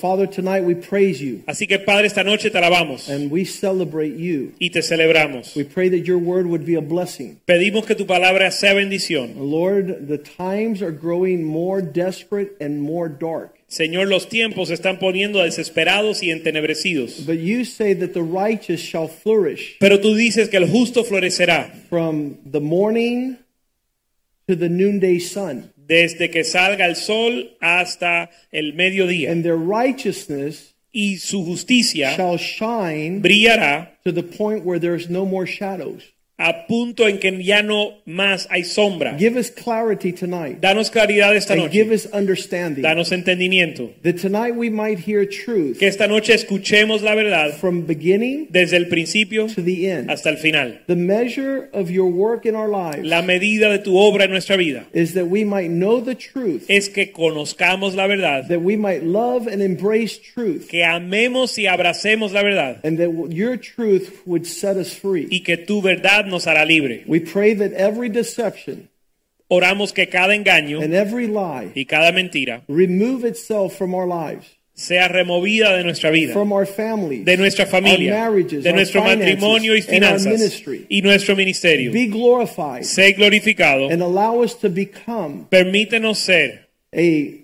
Father, tonight we praise you Así que Padre, esta noche te alabamos and we celebrate you. y te celebramos. We pray that your word would be a blessing. Pedimos que tu palabra sea bendición. Lord, the times are growing more desperate and more dark. Señor, los tiempos se están poniendo desesperados y entenebrecidos. But you say that the righteous shall flourish Pero tú dices que el justo florecerá from the morning to the noonday sun, desde que salga el sol hasta el mediodía. and their righteousness Y su justicia shall shine brillará to the point where there's no more shadows. a punto en que ya no más hay sombra. Give us clarity tonight Danos claridad esta and give noche. us understanding Danos entendimiento. that tonight we might hear truth Que esta noche escuchemos la verdad from beginning desde el principio to the end. hasta el final. The measure of your work in our lives La medida de tu obra en nuestra vida. is that we might know the truth, es que conozcamos la verdad, that we might love and embrace truth, que amemos y abracemos la verdad and that your truth would set us free. y que tu verdad nos hará libre. We pray that every deception Oramos que cada engaño and every lie y cada mentira remove itself from our lives, sea removida de nuestra vida, from our families. de nuestra familia, our marriages, de our nuestro finances, matrimonio y and our finanzas ministry. y nuestro ministerio. Be glorified Sé glorificado, and allow us to become permítenos ser a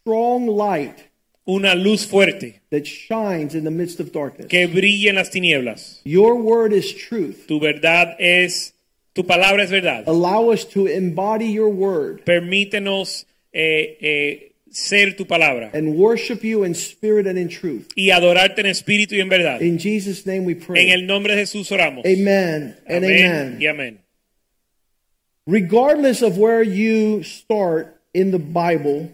strong light una luz fuerte that shines in the midst of darkness. que brille en las tinieblas. Your word is truth. Tu verdad es, tu palabra es verdad. Allow us to embody your word Permítenos eh, eh, ser tu palabra. and worship you in spirit and in truth. y adorarte en espíritu y en verdad. In Jesus' name we pray. En el nombre de Jesús oramos. Amen and Amén amen. y amén. Regardless of where you start in the Bible,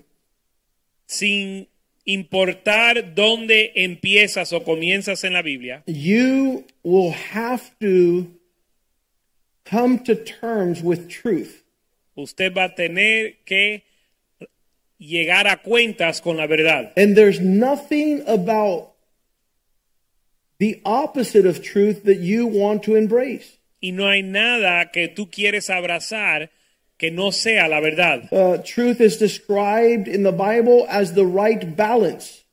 Sin importar dónde empiezas o comienzas en la Biblia, you will have to come to terms with truth. usted va a tener que llegar a cuentas con la verdad. And there's nothing about the opposite of truth that you want to embrace. Y no hay nada que tú quieres abrazar que no sea la verdad. Uh, truth is described in the Bible as the right balance,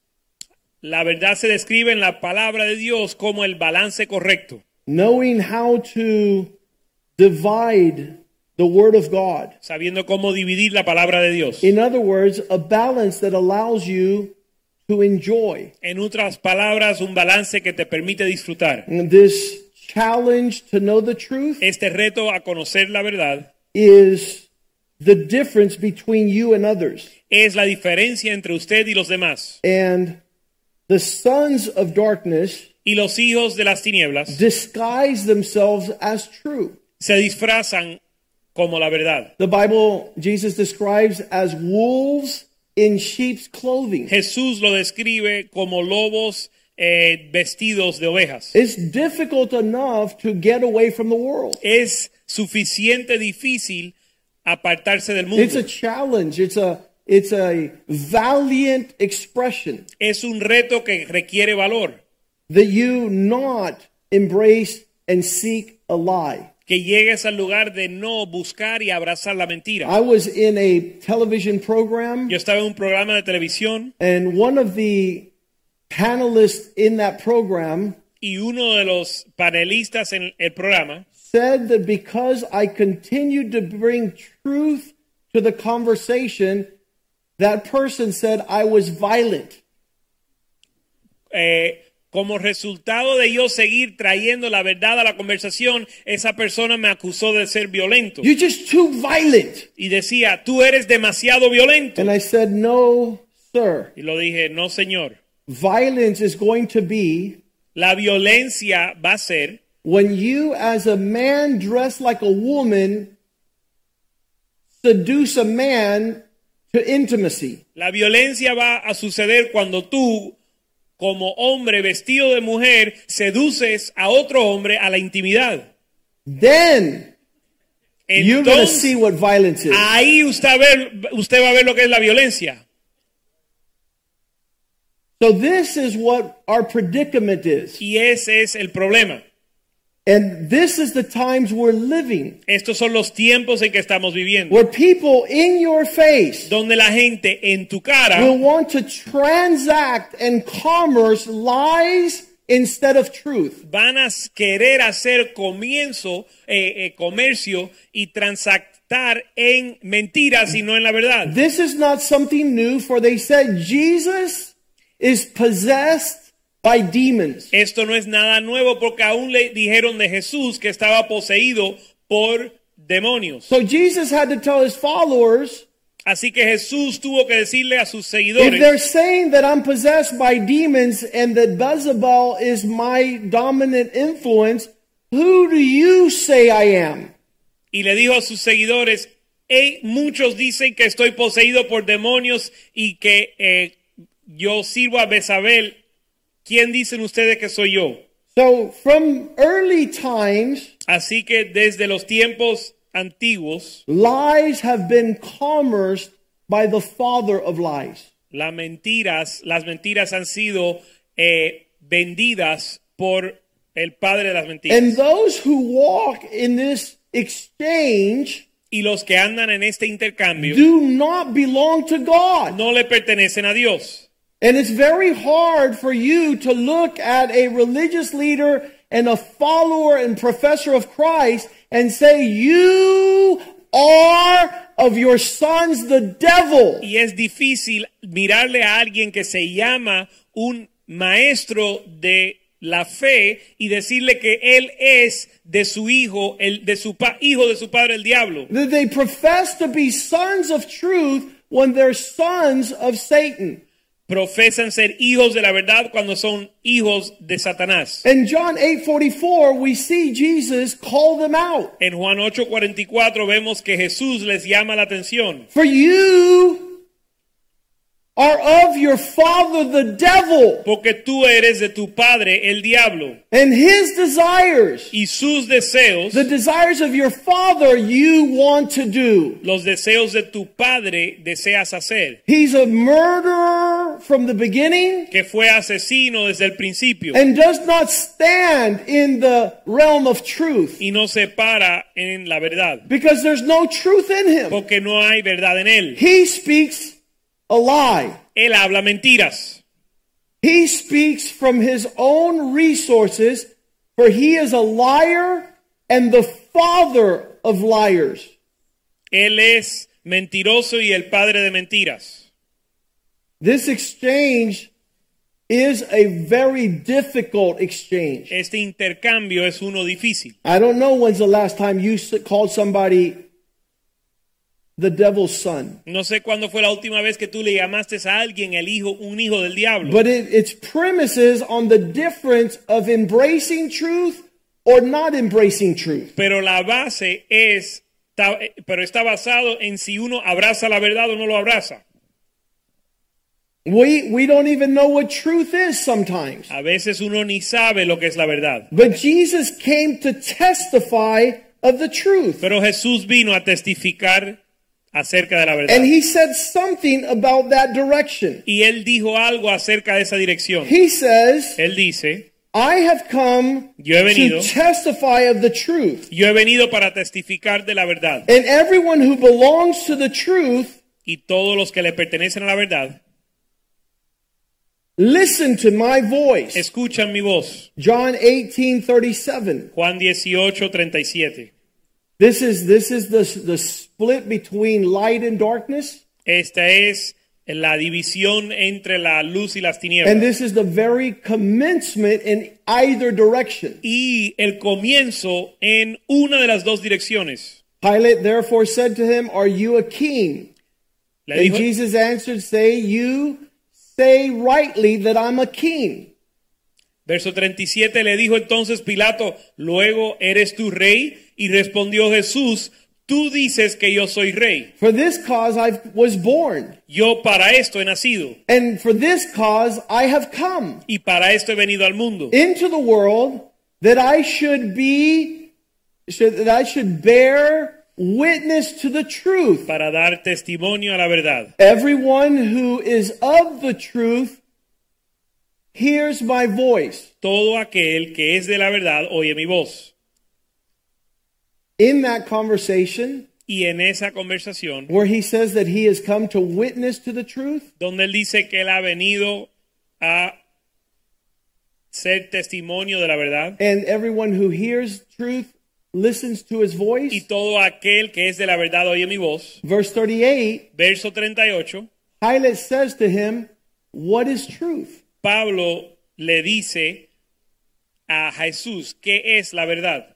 La verdad se describe en la palabra de Dios como el balance correcto. knowing how to divide the Word of God. Sabiendo cómo dividir la palabra de Dios. In other words, a balance that allows you to enjoy En otras palabras, un balance que te permite disfrutar. this challenge to know the truth Este reto a conocer la verdad is the difference between you and others. es la diferencia entre usted y los demás. And the sons of darkness Y los hijos de las tinieblas disguise themselves as true. se disfrazan como la verdad. The Bible, Jesus describes as wolves in sheep's clothing. Jesús lo describe como lobos eh, vestidos de ovejas. It's difficult enough to get away from the world. Es suficiente difícil apartarse del It's a mundo. challenge. It's a it's a valiant expression Es un reto que requiere valor, that you not embrace and seek a lie. que llegues al lugar de no buscar y abrazar la mentira. I was in a television program Yo estaba en un programa de televisión and one of the panelists in that program y uno de los panelistas en el programa said that because I continued to bring truth to the conversation, that person said I was violent. eh, como resultado de yo seguir trayendo la verdad a la conversación, esa persona me acusó de ser violento You're just too violent. y decía, tú eres demasiado violento. And I said, "No, sir. Y lo dije, no señor, Violence is going to be la violencia va a ser when you, as a man dressed like a woman, seduce a man to intimacy. La violencia va a suceder cuando tú, como hombre vestido de mujer, seduces a otro hombre a la intimidad. Then you're going to see Entonces, what violence is. ahí usted, va a ver- usted va a ver lo que es la violencia. So this is what our predicament is. Y ese es el problema. And this is the times we're living, Estos son los tiempos en que estamos viviendo, where people in your face donde la gente en tu cara will want to transact and commerce lies instead of truth. van a querer hacer comienzo, eh, eh, comercio y transactar en mentiras y no en la verdad. This is not something new, for they said Jesus is possessed by demons. Esto no es nada nuevo porque aún le dijeron de Jesús que estaba poseído por demonios. So Jesus had to tell his followers Así que Jesús tuvo que decirle a if sus they're seguidores, saying that I'm possessed by demons and that Bezebel is my dominant influence, who do you say I am? y le dijo a sus seguidores, "Hey, muchos dicen que estoy poseído por demonios y que eh, yo sirvo a Besabel. ¿Quién dicen ustedes que soy yo? So from early times, Así que desde los tiempos antiguos, lies have been commerced by the father of lies. las mentiras, las mentiras han sido eh, vendidas por el padre de las mentiras. And those who walk in this exchange y los que andan en este intercambio do not belong to God. no le pertenecen a Dios. And it's very hard for you to look at a religious leader and a follower and professor of Christ and say, You are of your sons the devil. Y es difícil mirarle a alguien que se llama un maestro de la fe y decirle que él es de su hijo, el de su pa- hijo de su padre el diablo. That they profess to be sons of truth when they're sons of Satan. Profesan ser hijos de la verdad cuando son hijos de Satanás. In John 8:44, we see Jesus call them out. En Juan 8:44 vemos que Jesús les llama la atención. For you are of your father the devil, Porque tú eres de tu padre el diablo and his desires, y sus deseos the desires of your father, you want to do. los deseos de tu padre deseas hacer, He's a murderer from the beginning que fue asesino desde el principio and does not stand in the realm of truth y no se para en la verdad, because there's no truth in him. porque no hay verdad en él. He speaks a lie. Él habla mentiras. He speaks from his own resources, for he is a liar and the father of liars. Él es mentiroso y el padre de mentiras. This exchange is a very difficult exchange. Este intercambio es uno difícil. I don't know when's the last time you s- called somebody the devil's son, No sé cuándo fue la última vez que tú le llamaste a alguien el hijo, un hijo del diablo. but it, its premises on the difference of embracing truth or not embracing truth. pero la base es, ta- eh, pero está basado en si uno abraza la verdad o no lo abraza. We, we don't even know what truth is sometimes. A veces uno ni sabe lo que es la verdad. But Jesus came to testify of the truth. Pero Jesús vino a testificar acerca de la verdad. And he said something about that direction. y él dijo algo acerca de esa dirección. He says, Él dice, I have come yo he to venido, testify of the truth. yo he venido para testificar de la verdad. And everyone who belongs to the truth, Y todos los que le pertenecen a la verdad, listen to my voice. escuchan mi voz. John 18, 37. Juan 18, 37. This is, this is the, the split between light and darkness. Esta es la división entre la luz y las tinieblas. And this is the very commencement in either direction. y el comienzo en una de las dos direcciones. Pilate therefore said to him, Are you a king? Le And dijo, Jesus answered, Say, you say rightly that I'm a king. verso 37 le dijo entonces Pilato, luego eres tu rey. Y respondió Jesús, Tú dices que yo soy rey. For this cause I was born, Yo para esto he nacido and for this cause I have come y para esto he venido al mundo. into the world that I should be, should, that I should bear witness to the truth. Para dar testimonio a la verdad. Everyone who is of the truth hears my voice. Todo aquel que es de la verdad oye mi voz. In that conversation, Y en esa conversación, where he says that he has come to witness to the truth, donde él dice que él ha venido a ser testimonio de la verdad, and everyone who hears truth listens to his y voice. todo aquel que es de la verdad oye mi voz. Verse 38, Verso 38, Pilate says to him, What is truth? Pablo le dice a Jesús, ¿qué es la verdad?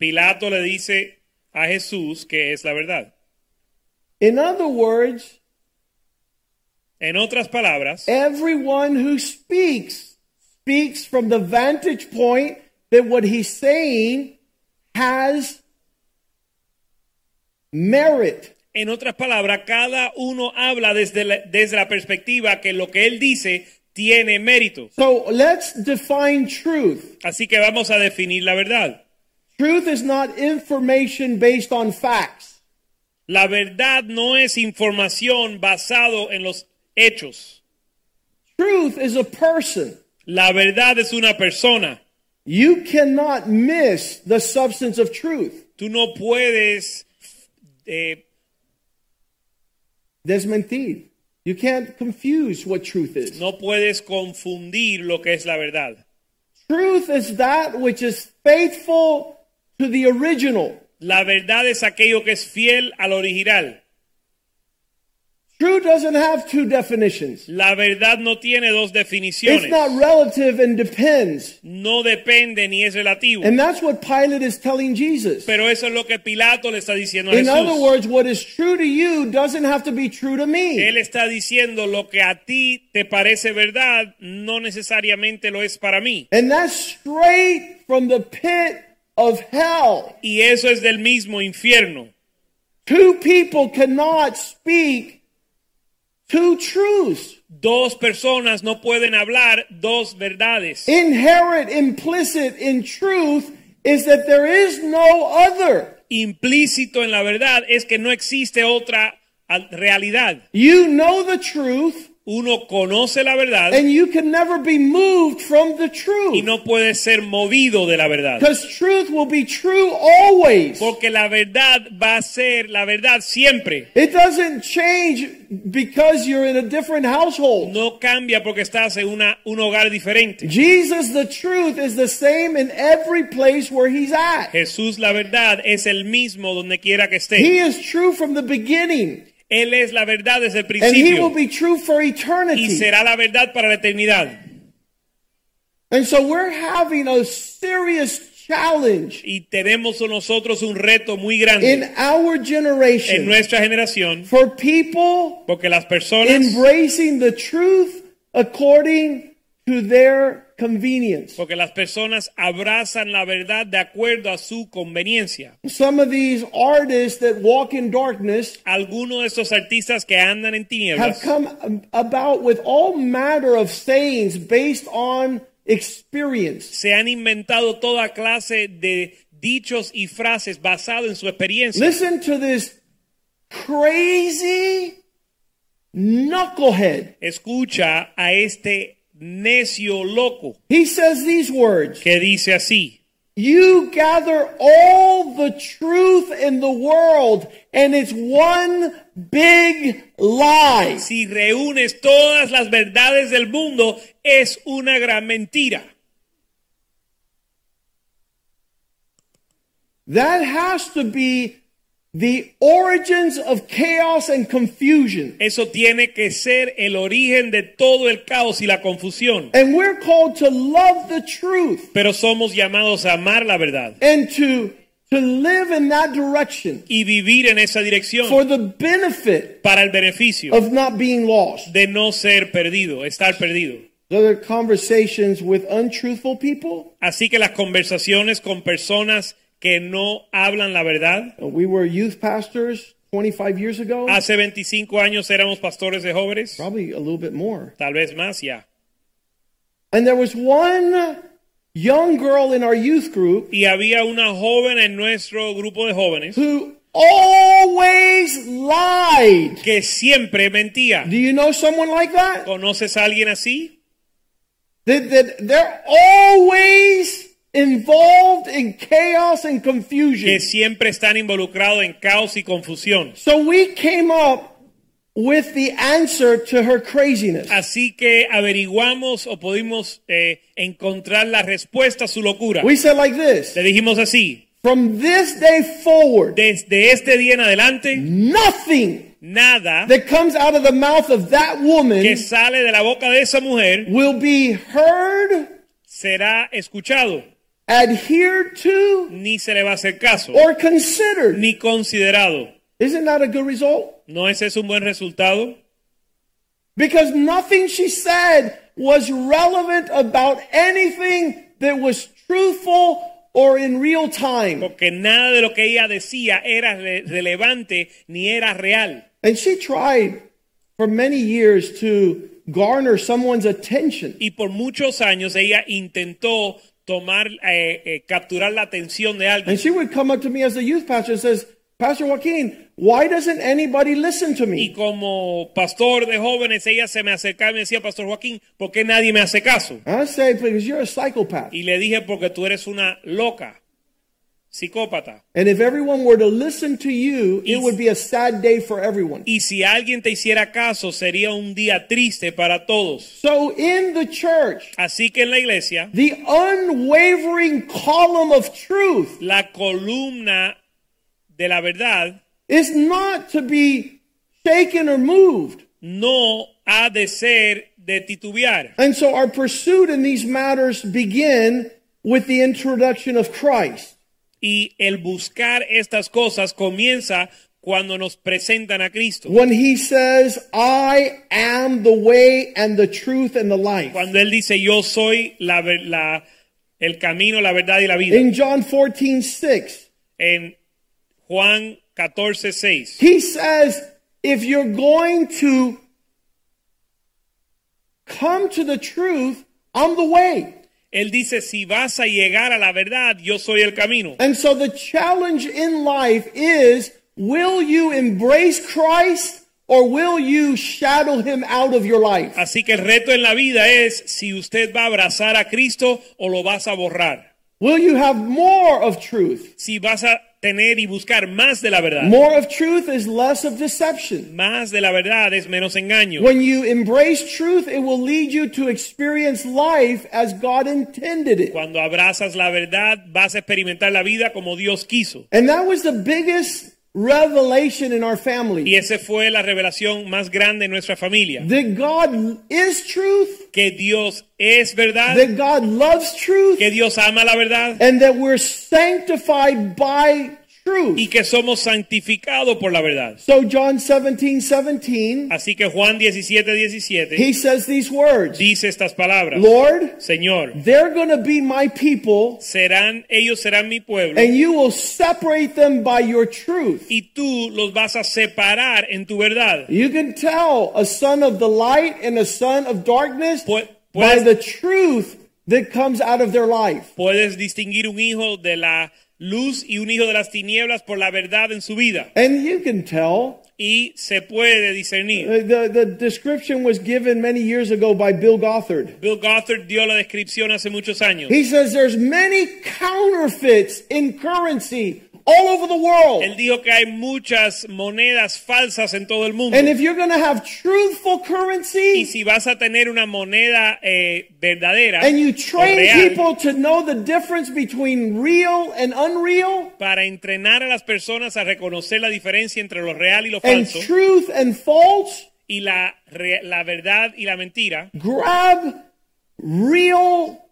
Pilato le dice a Jesús, ¿qué es la verdad? In other words, En otras palabras, everyone who speaks speaks from the vantage point that what he's saying has merit. En otras palabras, cada uno habla desde la, desde la perspectiva que lo que él dice tiene mérito. So let's define truth. Así que vamos a definir la verdad. Truth is not information based on facts. La verdad no es información basado en los hechos. Truth is a person. La verdad es una persona. You cannot miss the substance of truth. Tú no puedes eh, Desmentir. You can't confuse what truth is. no puedes confundir lo que es la verdad. Truth is that which is faithful to the original. La verdad es aquello que es fiel al original. True doesn't have two definitions. La verdad no tiene dos It's definiciones. not relative and depends. No depende ni es relativo. And that's what Pilate is telling Jesus. Pero eso es lo que Pilato le está diciendo a In Jesús. other words, what is true to you doesn't have to be true to me. Él está diciendo lo que a ti te parece verdad, no necesariamente lo es para mí. And that's straight from the pit of hell. Y eso es del mismo infierno. Two people cannot speak two truths. Dos personas no pueden hablar dos verdades. Inherent, implicit in truth is that there is no other. Implícito en la verdad es que no existe otra al- realidad. You know the truth, Uno conoce la verdad and you can never be moved from the y truth. no puede ser movido de la verdad. Because truth will be true always. Porque la verdad va a ser la verdad siempre. It doesn't change because you're in a different household. No cambia porque estás en una, un hogar diferente. Jesus, the truth, is the same in every place where he's at. Jesús, la verdad, es el mismo donde quiera que He esté. is true from the beginning, Él es la verdad desde el and he will principio be true for y eternity. será la verdad para la eternidad. And so we're having a serious challenge Y tenemos nosotros un reto muy in grande our en generation nuestra generación for people porque las personas embracing the truth according to their convenience. porque las personas abrazan la verdad de acuerdo a su conveniencia. Some of these artists that walk in darkness Algunos de estos artistas que andan en have tinieblas come about with all matter of sayings based on experience. se han inventado toda clase de dichos y frases basado en su experiencia. Listen to this crazy knucklehead. Escucha a este necio loco. He says these words que dice así, You gather all the truth in the world, and it's one big lie. si reúnes todas las verdades del mundo, es una gran mentira. That has to be the origins of chaos and confusion. Eso tiene que ser el origen de todo el caos y la confusión. And we're called to love the truth Pero somos llamados a amar la verdad and to, to live in that direction y vivir en esa for dirección the benefit para el beneficio of not being lost. de no ser perdido, estar perdido. So there are conversations with untruthful people Así que las conversaciones con personas que no hablan la verdad. We were youth pastors 25 years ago, Hace 25 años éramos pastores de jóvenes, probably a little bit more. tal vez más ya. And there was one young girl in our youth group Y había una joven en nuestro grupo de jóvenes who always lied. que siempre mentía. Do you know someone like that? ¿Conoces a alguien así? That, that they're always involved in chaos and confusion. Que siempre están involucrados en caos y confusión. So we came up with the answer to her craziness. Así que averiguamos o pudimos eh, encontrar la respuesta a su locura. We said like this Le dijimos así, From this day forward, desde este día en adelante, nothing nada that comes out of the mouth of that que woman sale de la boca de esa mujer will be heard, será escuchado, adhered to, ni se le va a hacer caso, or considered. ni considerado. Isn't that a good result? ¿No es eso un buen resultado? Because nothing she said was relevant about anything that was truthful or in real time. Porque nada de lo que ella decía era re- relevante ni era real. And she tried for many years to garner someone's attention. Y por muchos años ella intentó tomar, eh, eh, capturar la atención de alguien. And she would come up to me as a youth pastor and says, Pastor Joaquin, why doesn't anybody listen to Y me? como pastor de jóvenes, ella se me acercaba y me decía, Pastor Joaquín, ¿por qué nadie me hace caso? And I say, because you're a psychopath. Y le dije, porque tú eres una loca, psicópata. And if everyone were to listen to you, it Y- would be a sad day for everyone. Y si alguien te hiciera caso, sería un día triste para todos. So in the church, Así que en la iglesia, the unwavering column of truth la columna de la verdad is not to be shaken or moved. no ha de ser de titubear. And so our pursuit in these matters begin with the introduction of Christ. Y el buscar estas cosas comienza cuando nos presentan a Cristo. When he says, I am the way and the truth and the life. Cuando Él dice, yo soy la, ver- la- el camino, la verdad y la vida. In John 14, 6, En Juan 14, 6. he says, if you're going to come to the truth, I'm the way. Él dice, si vas a llegar a la verdad, yo soy el camino. And so the challenge in life is will you embrace Christ or will you shadow him out of your life? Así que el reto en la vida es si usted va a abrazar a Cristo o lo vas a borrar. Will you have more of truth? Si vas a tener y buscar más de la verdad. More of truth is less of deception. Más de la verdad es menos engaño. When you embrace truth, it will lead you to experience life as God intended it. Cuando abrazas la verdad, vas a experimentar la vida como Dios quiso. And that was the biggest revelation in our Y family esa fue la revelación más grande en nuestra familia. that God is truth, Que Dios es verdad, that God loves truth, que Dios ama la verdad and that we're sanctified by truth. y que somos santificados por la verdad. So John 17, 17, Así que Juan 17, 17 he says these words, dice estas palabras. Lord, Señor, they're going to be my people serán, ellos serán mi pueblo and you will separate them by your truth. y tú los vas a separar en tu verdad. You can tell a son of the light and a son of darkness Pu- by puedes- the truth that comes out of their life. Puedes distinguir un hijo de la luz y un hijo de las tinieblas por la verdad en su vida. And you can tell. Y se puede discernir. Uh, The, the description was given many years ago by Bill Gothard. Bill Gothard dio la descripción hace muchos años. He says there's many counterfeits in currency all over the world. Él dijo que hay muchas monedas falsas en todo el mundo. And if you're going to have truthful Y currency si vas a tener una moneda eh, verdadera and you o train real, people to know the difference between real and unreal para entrenar a las personas a reconocer la diferencia entre lo real y lo and falso truth and false, y la, re- la verdad y la mentira, grab real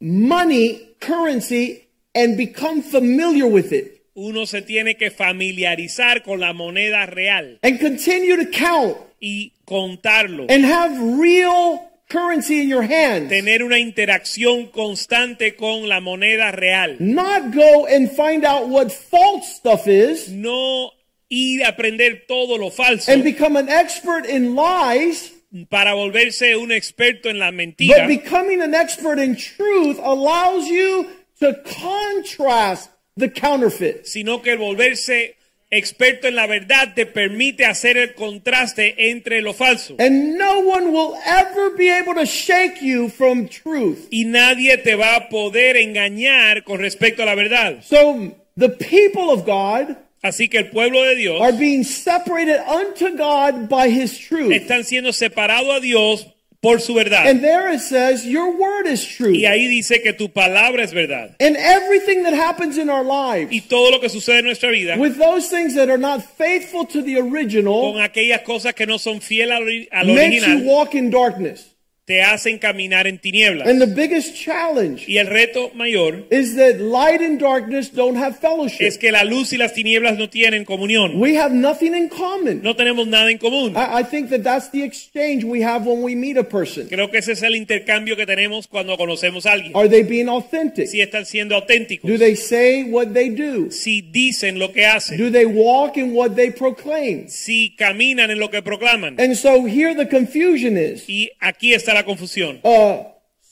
money currency and become familiar with it uno se tiene que familiarizar con la moneda real and continue to count y contarlo and have real currency in your hands. tener una interacción constante con la moneda real. Not go and find out what false stuff is No ir a aprender todo lo falso and become an expert in lies, para volverse un experto en la but mentira, becoming an expert in truth allows you to contrast the counterfeit. sino que volverse experto en la verdad te permite hacer el contraste entre lo falso. And no one will ever be able to shake you from truth. Y nadie te va a poder engañar con respecto a la verdad. So the people of God Así que el pueblo de Dios are being separated unto God by his truth. están siendo separados a Dios por su verdad. And there it says, Your word is truth. Y ahí dice que tu palabra es verdad. And everything that happens in our lives, Y todo lo que sucede en nuestra vida with those things that are not faithful to the con original, aquellas cosas que no son fieles al ori- al makes you original walk in darkness. te hacen caminar en tinieblas. And the biggest challenge Y el reto mayor is that light and darkness don't have fellowship. es que la luz y las tinieblas no tienen comunión. We have nothing in common. No tenemos nada en común. I, I think that that's the exchange we have when we meet a person. Creo que ese es el intercambio que tenemos cuando conocemos a alguien. Are they being authentic? Si están siendo auténticos, Do they say what they do? si dicen lo que hacen, Do they walk in what they proclaim? si caminan en lo que proclaman. And so here the confusion is. Y aquí está la confusión. Uh,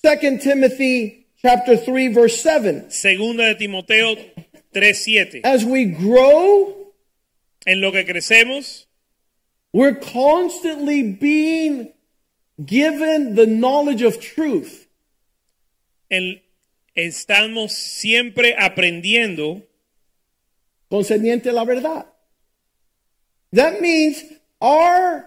2 Timothy chapter 3 verse 7. Segunda de Timoteo 3:7. As we grow, En lo que crecemos, we're constantly being given the knowledge of truth. en- estamos siempre aprendiendo Concerniente a la verdad. That means our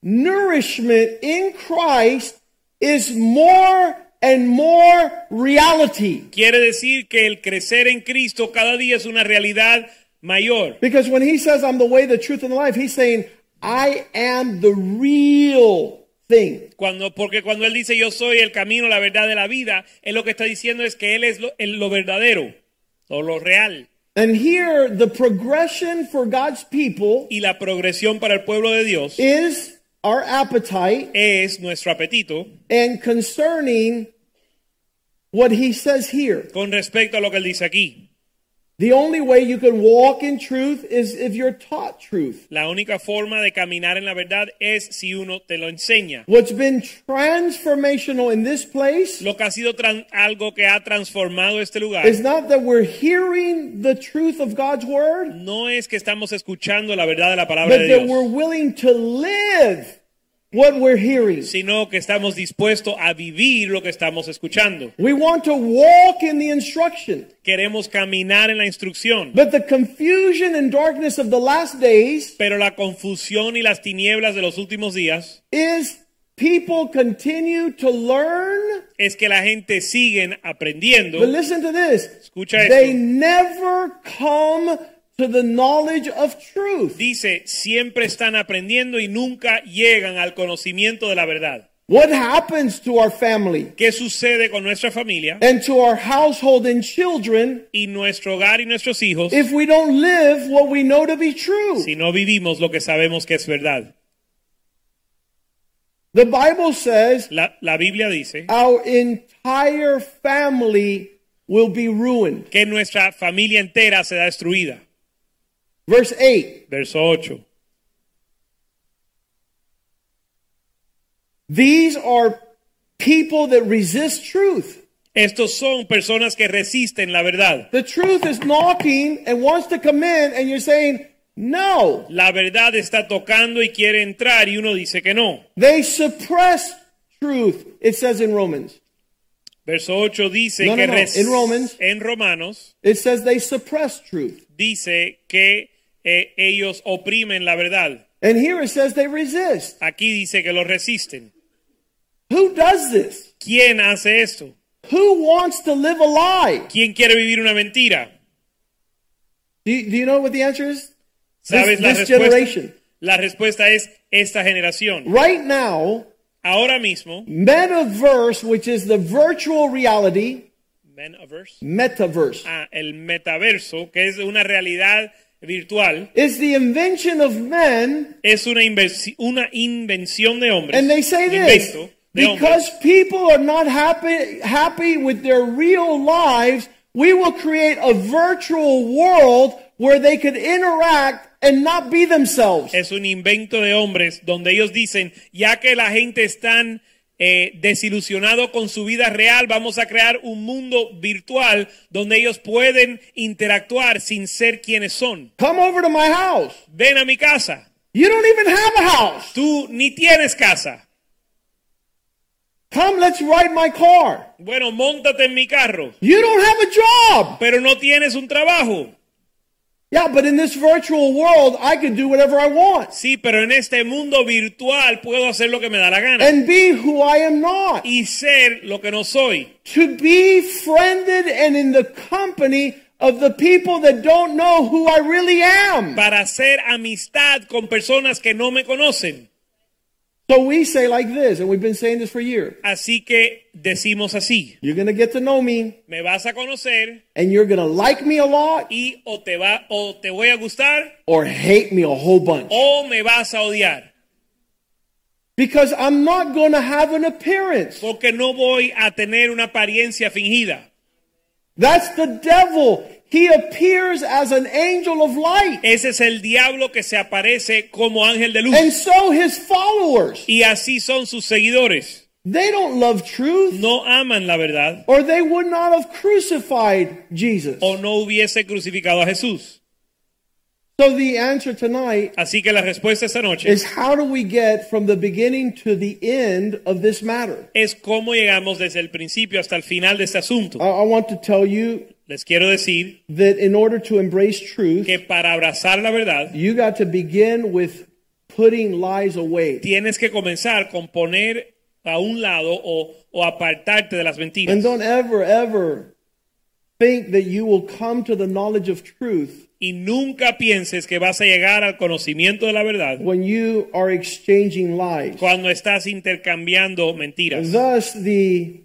nourishment in Christ is more and more reality. Quiere decir que el crecer en Cristo cada día es una realidad mayor. Because when he says, I'm the way, the truth, and the life, he's saying, I am the real thing. Cuando, porque cuando Él dice yo soy el camino, la verdad de la vida, Él lo que está diciendo es que Él es lo, el- lo verdadero o lo real. And here, the progression for God's people Y la progresión para el pueblo de Dios is our appetite es nuestro apetito and concerning what he says here. con respecto a lo que Él dice aquí. The only way you can walk in truth is if you're taught truth. La única forma de caminar en la verdad es si uno te lo enseña. What's been transformational in this place Lo que ha sido tran- algo que ha transformado este lugar is not that we're hearing the truth of God's word, no es que estamos escuchando la verdad de la palabra but de that we're Dios, willing to live what we're hearing. sino que estamos dispuestos a vivir lo que estamos escuchando. We want to walk in the instruction. Queremos caminar en la instrucción, But the confusion and darkness of the last days pero la confusión y las tinieblas de los últimos días is people continue to learn. es que la gente sigue But aprendiendo. listen to this. Escucha They esto. never come to the knowledge of truth. Dice, siempre están aprendiendo y nunca llegan al conocimiento de la verdad. What happens to our family ¿Qué sucede con nuestra familia and to our household and children y nuestro hogar y nuestros hijos if we don't live what we know to be true? si no vivimos lo que sabemos que es verdad? The Bible says La, la Biblia dice our entire family will be ruined. que nuestra familia entera será destruida. Verse 8. Verso 8. These are people that resist truth. Estos son personas que resisten la verdad. The truth is knocking and wants to come in, and you're saying, no. La verdad está tocando y quiere entrar y uno dice que no. They suppress truth, it says in Romans. Verso 8 dice No, no, que no. res- En Romans. en Romanos It says they suppress truth. dice que eh, ellos oprimen la verdad. And here it says they resist. Aquí dice que lo resisten. Who does this? ¿Quién hace esto? Who wants to live a lie? ¿Quién quiere vivir una mentira? Do you, do you know what the answer is? ¿Sabes This- la this generation. respuesta? La respuesta es esta generación. Right now, Ahora mismo, metaverse, which is the virtual reality, metaverse, metaverse, ah, el metaverso, que es una realidad virtual, is the invention of men es una, inversi- una invención de hombres. And they say this. Invento. de hombres. Because people are not happy, happy with their real lives, we will create a virtual world where they could interact and not be themselves. es un invento de hombres donde ellos dicen, ya que la gente está eh, desilusionado con su vida real, vamos a crear un mundo virtual donde ellos pueden interactuar sin ser quienes son. Come over to my house. Ven a mi casa. You don't even have a house. Tú ni tienes casa. Come, let's ride my car. Bueno, montate en mi carro, You don't have a job. pero no tienes un trabajo. Yeah, but in this virtual world, I can do whatever I want Sí, pero en este mundo virtual puedo hacer lo que me da la gana and be who I am not. y ser lo que no soy. To be friended and in the company of the people that don't know who I really am. Para hacer amistad con personas que no me conocen. So we say like this, and we've been saying this for years. Así que decimos así, You're going to get to know me, me vas a conocer and you're going to like me a lot y o te va o te voy a gustar or hate me a whole bunch. o me vas a odiar, Because I'm not going to have an appearance. porque no voy a tener una apariencia fingida. That's the devil. He appears as an angel of light. Ese es el diablo que se aparece como ángel de luz And so his followers, y así son sus seguidores. they don't love truth No aman la verdad or they would not have crucified Jesus. o no hubiese crucificado a Jesús. So the answer tonight Así que la respuesta esta noche is how do we get from the beginning to the end of this matter? es cómo llegamos desde el principio hasta el final de este I, asunto. I want to tell you Les quiero decir that in order to embrace truth, que para abrazar la verdad you got to begin with putting lies away. tienes que comenzar con poner a un lado o, o apartarte de las mentiras. And don't ever, ever think that you will come to the knowledge of truth y nunca pienses que vas a llegar al conocimiento de la verdad when you are exchanging lies. cuando estás intercambiando mentiras. Thus, the,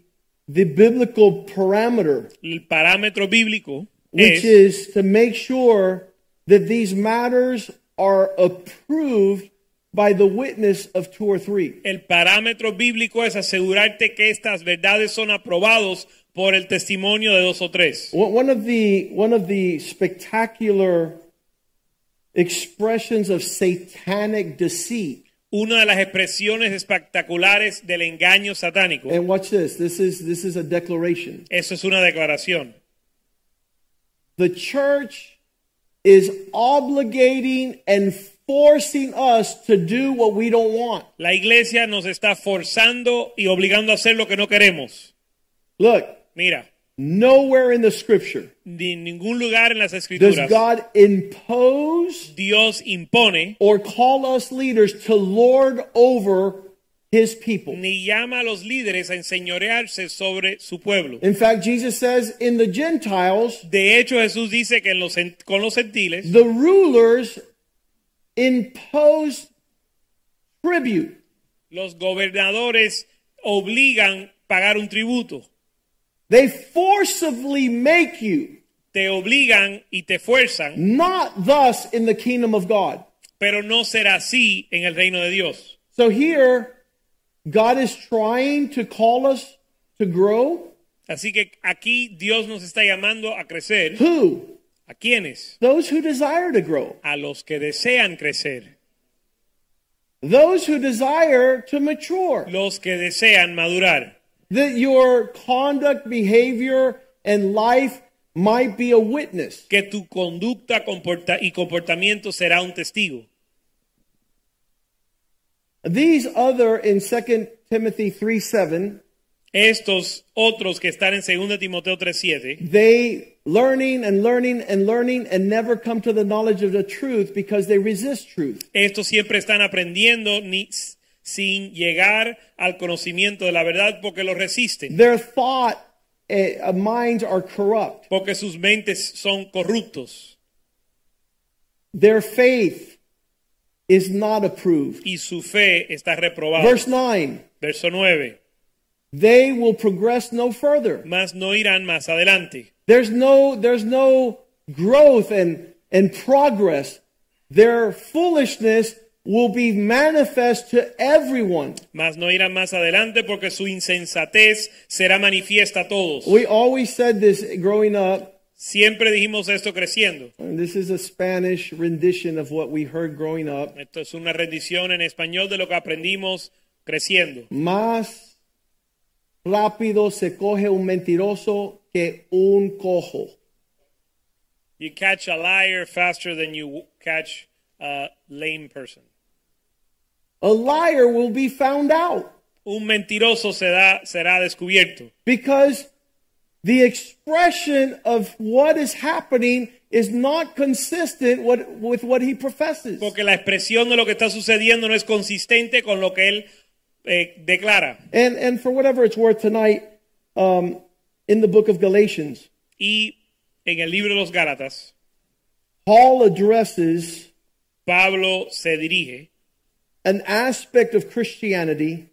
the biblical parameter, El parámetro bíblico which es is to make sure that these matters are approved by the witness of two or three. el parámetro bíblico es asegurarte que estas verdades son aprobados por el testimonio de dos o tres. One one of the one of the spectacular expressions of satanic deceit. Una de las expresiones espectaculares del engaño satánico. And watch this. This is this is a declaration. Eso es una declaración. The church is obligating and forcing us to do what we don't want. La iglesia nos está forzando y obligando a hacer lo que no queremos. Look, Mira, nowhere in the scripture ni en ningún lugar en las does escrituras God impose Dios impone or call us leaders to lord over his people. ni llama a los líderes a enseñorearse sobre su pueblo. In fact, Jesus says in the Gentiles De hecho, Jesús dice que en los, gen- con los gentiles the rulers impose tribute. los gobernadores obligan pagar un tributo, They forcibly make you, te obligan y te fuerzan, not thus in the kingdom of God. pero no será así en el reino de Dios. So here, God is trying to call us to grow. Así que aquí Dios nos está llamando a crecer. Who? ¿A quiénes? Those who desire to grow, A los que desean crecer, those who desire to mature. los que desean madurar. That your conduct, behavior, and life might be a witness. que tu conducta comporta- y comportamiento será un testigo. These other in 2 Timothy 3 7. Estos otros que están en 2 Timoteo 3:7, they learning and learning and learning and never come to the knowledge of the truth because they resist truth. estos siempre están aprendiendo ni- sin llegar al conocimiento de la verdad porque lo resisten, Their thought eh, uh, minds are corrupt. porque sus mentes son corruptos Their faith is not approved. y su fe está reprobada. Verse 9. Verso 9, They will progress no further. más no irán más adelante. There's no there's no growth and and progress. Their foolishness will be manifest to everyone. Mas no irán más adelante porque su insensatez será manifiesta a todos. We always said this growing up, Siempre dijimos esto creciendo. and this is a Spanish rendition of what we heard growing up. Esto es una rendición en español de lo que aprendimos creciendo. Más rápido se coge un mentiroso que un cojo. You catch a liar faster than you catch a lame person. A liar will be found out Un mentiroso será, será descubierto. because the expression of what is happening is not consistent what, with what he professes. Porque la expresión de lo que está sucediendo no es consistente con lo que él eh, declara. And, and for whatever it's worth tonight, um, in the book of Galatians, Y en el libro de los Gálatas, Paul addresses Pablo se dirige an aspect of Christianity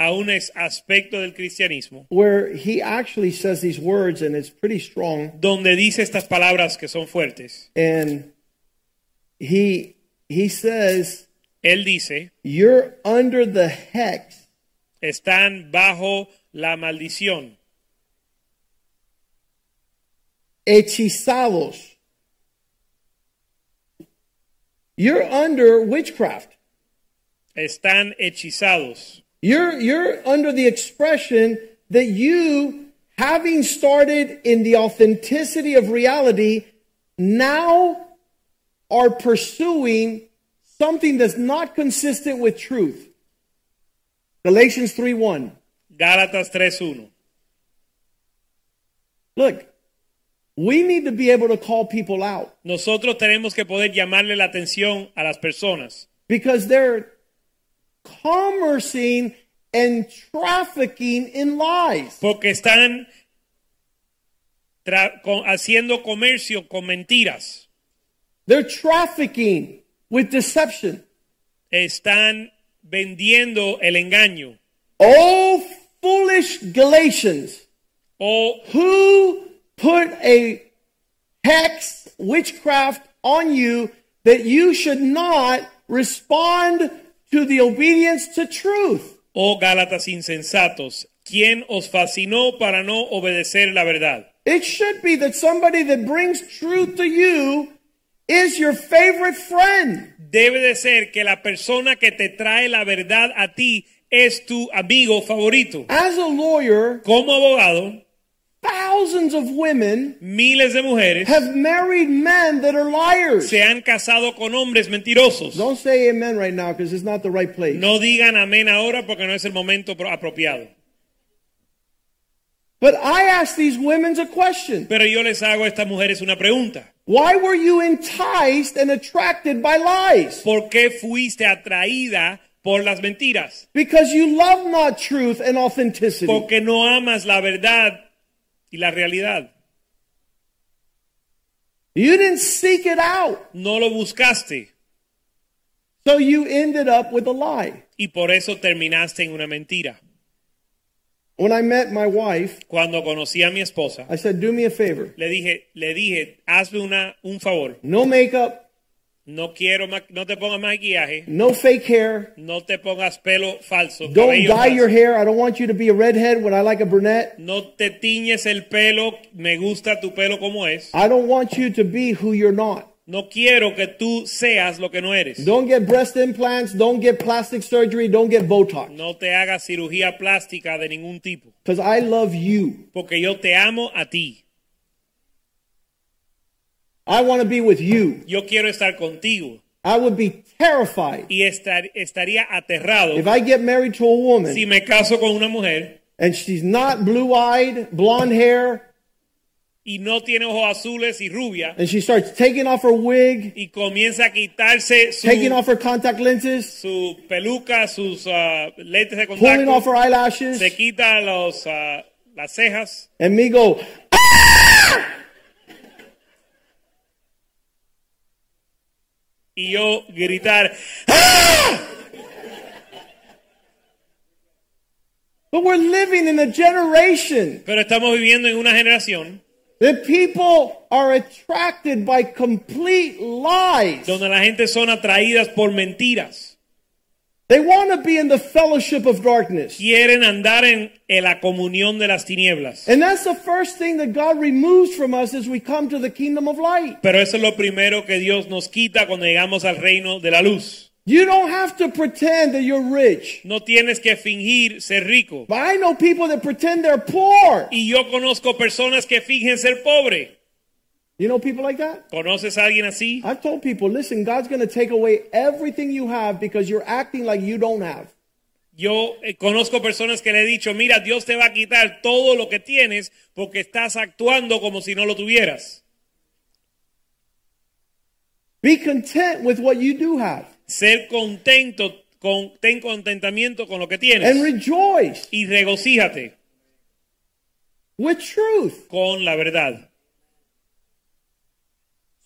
a un ex- aspecto del cristianismo where he actually says these words and it's pretty strong. donde dice estas palabras que son fuertes. And he, he says, Él dice, You're under the hex están bajo la maldición, hechizados. You're under witchcraft. están hechizados. You're, you're under the expression that you, having started in the authenticity of reality, now are pursuing something that's not consistent with truth. Galatians 3 1. Gálatas 3.1. Look, we need to be able to call people out Nosotros tenemos que poder llamarle la atención a las personas, because they're commercing and trafficking in lies. porque están tra- con- haciendo comercio con mentiras, They're trafficking with deception. están vendiendo el engaño. Oh, foolish Galatians, O who put a hex, witchcraft on you that you should not respond to the obedience to truth? Oh Gálatas insensatos, ¿quién os fascinó para no obedecer la verdad? It should be that somebody that brings truth to you is your favorite friend. Debe de ser que la persona que te trae la verdad a ti es tu amigo favorito. As a lawyer, Como abogado, thousands of women miles de mujeres have married men that are liars. se han casado con hombres mentirosos. Don't say amen right now because it's not the right place. No digan amén ahora porque no es el momento pro- apropiado. But I ask these women a question. Pero yo les hago a estas mujeres una pregunta. Why were you enticed and attracted by lies? ¿Por qué fuiste atraída por las mentiras? Because you love not truth and authenticity. Porque no amas la verdad y la realidad. You didn't seek it out. No lo buscaste. So you ended up with a lie. y por eso terminaste en una mentira. When I met my wife, Cuando conocí a mi esposa, I said, Do me a favor. le dije, le dije, hazme una, un favor, No makeup, no quiero, ma- no te pongas maquillaje, no fake hair. no te pongas pelo falso, Don't cabello dye falso. your hair. I don't want you to be a redhead when I like a brunette. no te tiñes el pelo, me gusta tu pelo como es, I don't want you to be who you're not. no quiero que tú seas lo que no eres, Don't get breast implants. Don't get plastic surgery. Don't get Botox. no te hagas cirugía plástica de ningún tipo, Because I love you. porque yo te amo a ti, I want to be with you. yo quiero estar contigo I would be terrified y estar, estaría aterrado If I get married to a woman si me caso con una mujer and she's not blue eyed, blonde hair, y no tiene ojos azules y rubia and she starts taking off her wig, y comienza a quitarse su, taking off her contact lenses, su peluca, sus ah, lentes de pulling contacto, off her eyelashes, se quita los, ah, las cejas and me go, ah! y yo gritar, But we're living in a generation pero estamos viviendo en una generación The people are attracted by complete lies. donde la gente son atraídas por mentiras. They want to be in the fellowship of darkness. Quieren andar en, en la comunión de las tinieblas. And that's the first thing that God removes from us as we come to the kingdom of light. Pero eso es lo primero que Dios nos quita cuando llegamos al reino de la luz. You don't have to pretend that you're rich. No tienes que fingir ser rico. But I know people that pretend they're poor. Y yo conozco personas que fingen ser pobre. You know people like that? ¿Conoces a alguien así? I've told people, listen, God's going to take away everything you have because you're acting like you don't have. Yo eh, conozco personas que le he dicho, mira, Dios te va a quitar todo lo que tienes porque estás actuando como si no lo tuvieras. Be content with what you do have Ser contento, con, ten contentamiento con lo que and tienes. rejoice Y regocíjate with truth. con la verdad.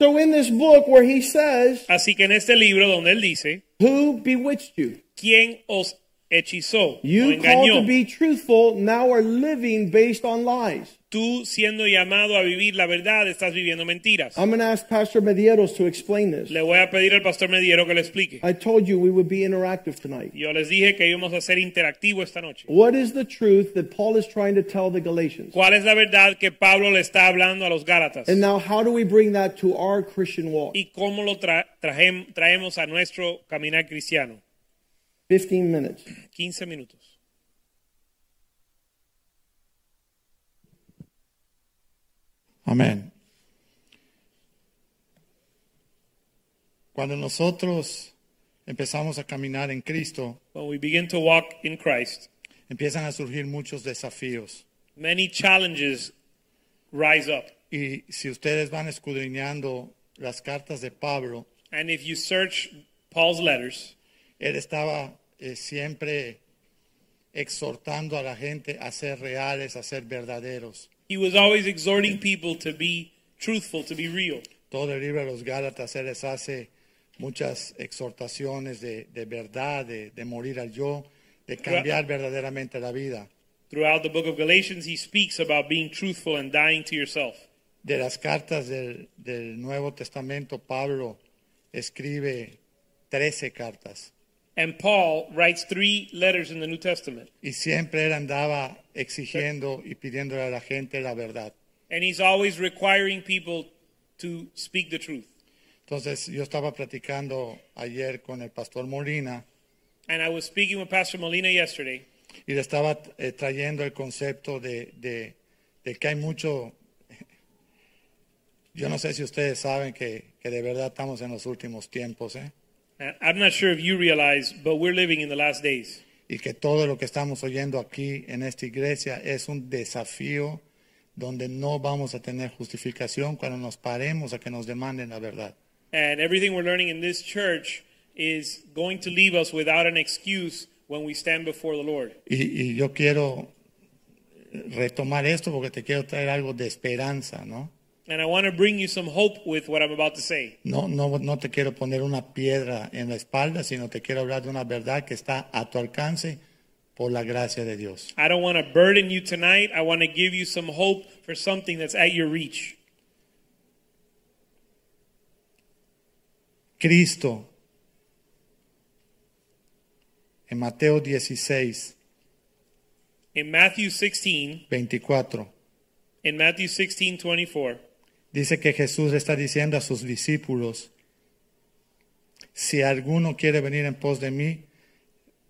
So, in this book where he says, Así que en este libro donde él dice, Who bewitched you? ¿quién os hechizó? o You called engañó. to be truthful, now are living based on lies. Tú siendo llamado a vivir la verdad, estás viviendo mentiras. I'm going to ask Pastor Medieros to explain this. Le voy a pedir al pastor Mediero que le explique. I told you we would be interactive tonight. Yo les dije que íbamos a ser interactivo esta noche. What is the truth that Paul is trying to tell the Galatians? ¿Cuál es la verdad que Pablo le está hablando a los Gálatas? And now, how do we bring that to our Christian walk? ¿Y cómo lo tra- trajem- traemos a nuestro caminar cristiano? 15 minutes. 15 minutos. Amén. Cuando nosotros empezamos a caminar en Cristo, When we begin to walk in Christ, empiezan a surgir muchos desafíos. many challenges rise up. Y si ustedes van escudriñando las cartas de Pablo, And if you search Paul's letters, él estaba eh, siempre exhortando a la gente a ser reales, a ser verdaderos. he was always exhorting people to be truthful, to be real. Todo el libro de los Gálatas, él les hace muchas exhortaciones de, de verdad, de, de morir al yo, de cambiar verdaderamente la vida. Throughout the book of Galatians, he speaks about being truthful and dying to yourself. de las cartas del, del Nuevo Testamento, Pablo escribe 13 cartas And Paul writes three letters in the New Testament. y siempre él andaba exigiendo y pidiéndole a la gente la verdad. And he's always requiring people to speak the truth. Entonces yo estaba platicando ayer con el pastor Molina And I was speaking with Pastor Molina yesterday, y le estaba eh, trayendo el concepto de, de- de que hay mucho, yo no sé si ustedes saben que, que de verdad estamos en los últimos tiempos ¿eh? and I'm not sure if you realize, but we're living in the last days. y que todo lo que estamos oyendo aquí en esta iglesia es un desafío donde no vamos a tener justificación cuando nos paremos a que nos demanden la verdad. And everything we're learning in this church is going to leave us without an excuse when we stand before the Lord. Y, y yo quiero retomar esto porque te quiero traer algo de esperanza, ¿no? And I want to bring you some hope with what I'm about to say. No, no, no te quiero poner una piedra en la espalda, sino te quiero hablar de una verdad que está a tu alcance por la gracia de Dios. I don't want to burden you tonight. I want to give you some hope for something that's at your reach. Cristo, en Mateo 16, In Matthew 16, 24. in Matthew 16, 24, Dice que Jesús le está diciendo a sus discípulos, si alguno quiere venir en pos de mí,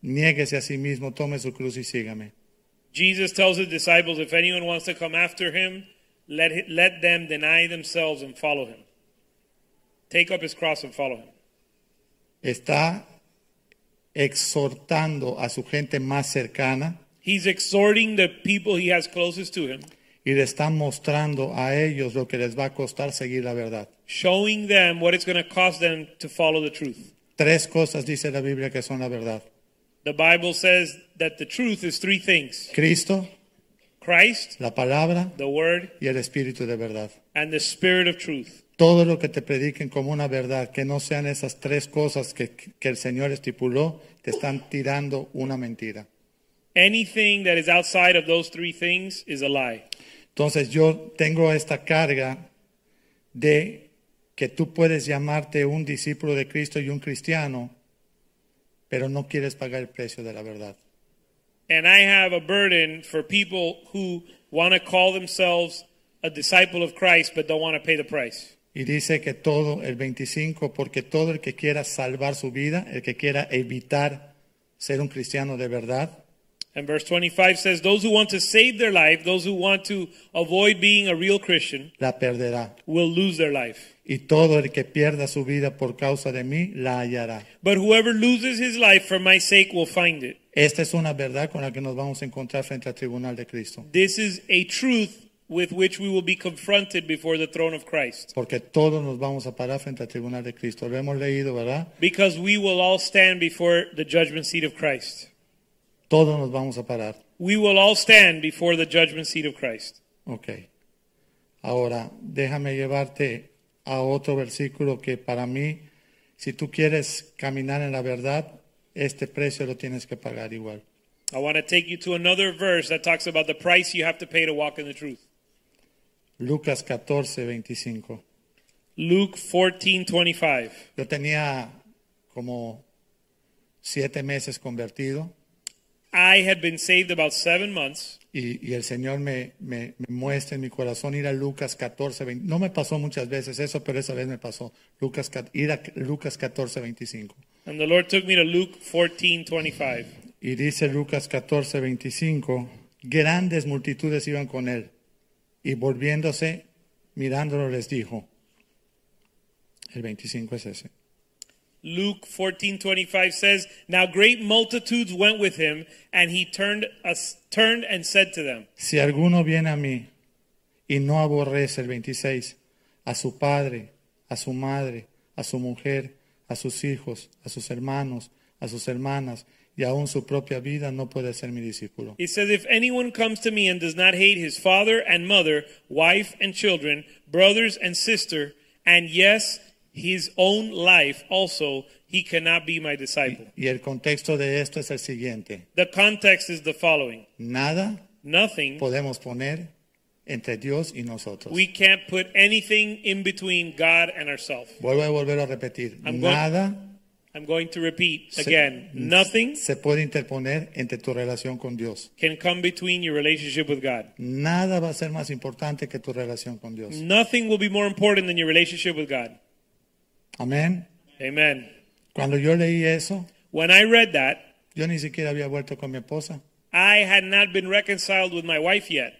niéguese a sí mismo, tome su cruz y sígame. Jesus tells his disciples, if anyone wants to come after him, let, hi- let them deny themselves and follow him. Take up his cross and follow him. Está exhortando a su gente más cercana He's exhorting the people he has closest to him, y le está mostrando a ellos lo que les va a costar seguir la verdad. showing them what it's going to cost them to follow the truth. Tres cosas dice la Biblia que son la verdad. The Bible says that the truth is three things Cristo, Christ, la palabra the Word, y el Espíritu de verdad. and the Spirit of truth. todo lo que te prediquen como una verdad, que no sean esas tres cosas que, que el Señor estipuló, te están tirando una mentira. Anything that is outside of those three things is a lie. Entonces yo tengo esta carga de que tú puedes llamarte un discípulo de Cristo y un cristiano, pero no quieres pagar el precio de la verdad. And I have a burden for people who want to call themselves a disciple of Christ but don't want to pay the price. Y dice que todo, el 25, porque todo el que quiera salvar su vida, el que quiera evitar ser un cristiano de verdad, And verse 25 says, Those who want to save their life, those who want to avoid being a real Christian, la perderá. will lose their life. Y todo el que pierda su vida por causa de mí, la hallará. But whoever loses his life for my sake will find it. Esta es una verdad con la que nos vamos a encontrar frente al tribunal de Cristo. This is a truth with which we will be confronted before the throne of Christ. Porque todos nos vamos a parar frente al tribunal de Cristo. Lo hemos leído, ¿verdad? Because we will all stand before the judgment seat of Christ. Todos nos vamos a parar. We will all stand before the judgment seat of Christ. Ok. Ahora, déjame llevarte a otro versículo que para mí, si tú quieres caminar en la verdad, este precio lo tienes que pagar igual. I want to take you to another verse that talks about the price you have to pay to walk in the truth. Lucas 14, 25. Luke 14:25. Yo tenía como siete meses convertido I had been saved about 7 months y, y el Señor me, me- me muestra en mi corazón ir a Lucas 14, 20. No me pasó muchas veces eso, pero esa vez me pasó. Lucas, ca- ir a Lucas 14, 25. and the Lord took me to Luke 14:25. Y dice Lucas 14, 25, grandes multitudes iban con él. Y volviéndose, mirándolo, les dijo, el 25 es ese, Luke 14:25 says, "Now great multitudes went with him, and he turned us turned and said to them, si alguno viene a mí y no aborrece el 26, a su padre, a su madre, a su mujer, a sus hijos, a sus hermanos, a sus hermanas, y aún su propia vida, no puede ser mi discípulo. He says, If anyone comes to me and does not hate his father and mother, wife and children, brothers and sister, and yes, his own life also, he cannot be my disciple. Y el contexto de esto es el siguiente, The context is the following nada Nothing, podemos poner entre Dios y nosotros. we can't put anything in between God and ourselves. Vuelvo a volver a repetir. I'm going- Nada I'm going to repeat Se- again nothing se puede interponer entre tu relación con Dios. can come between your relationship with God. Nada va a ser más importante que tu relación con Dios. Nothing will be more important than your relationship with God. Amén. Amen. Cuando yo leí eso, When I read that, yo ni siquiera había vuelto con mi esposa. I had not been reconciled with my wife yet.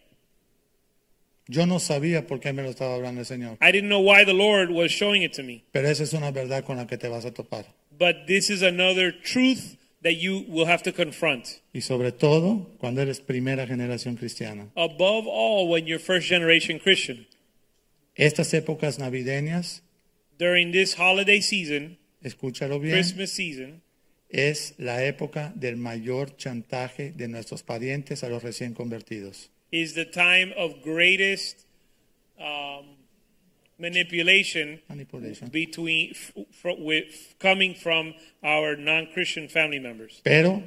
Yo no sabía por qué me lo estaba hablando el Señor. I didn't know why the Lord was showing it to me. Pero esa es una verdad con la que te vas a topar. But this is another truth that you will have to confront. Y sobre todo cuando eres primera generación cristiana. Above all, when you're first generation Christian, Estas épocas navideñas, during this holiday season, escúchalo bien, Christmas season, es la época del mayor chantaje de nuestros parientes a los recién convertidos. is the time of greatest um, manipulation Manipulation. between f- fr- with, coming from our non-Christian family members. Pero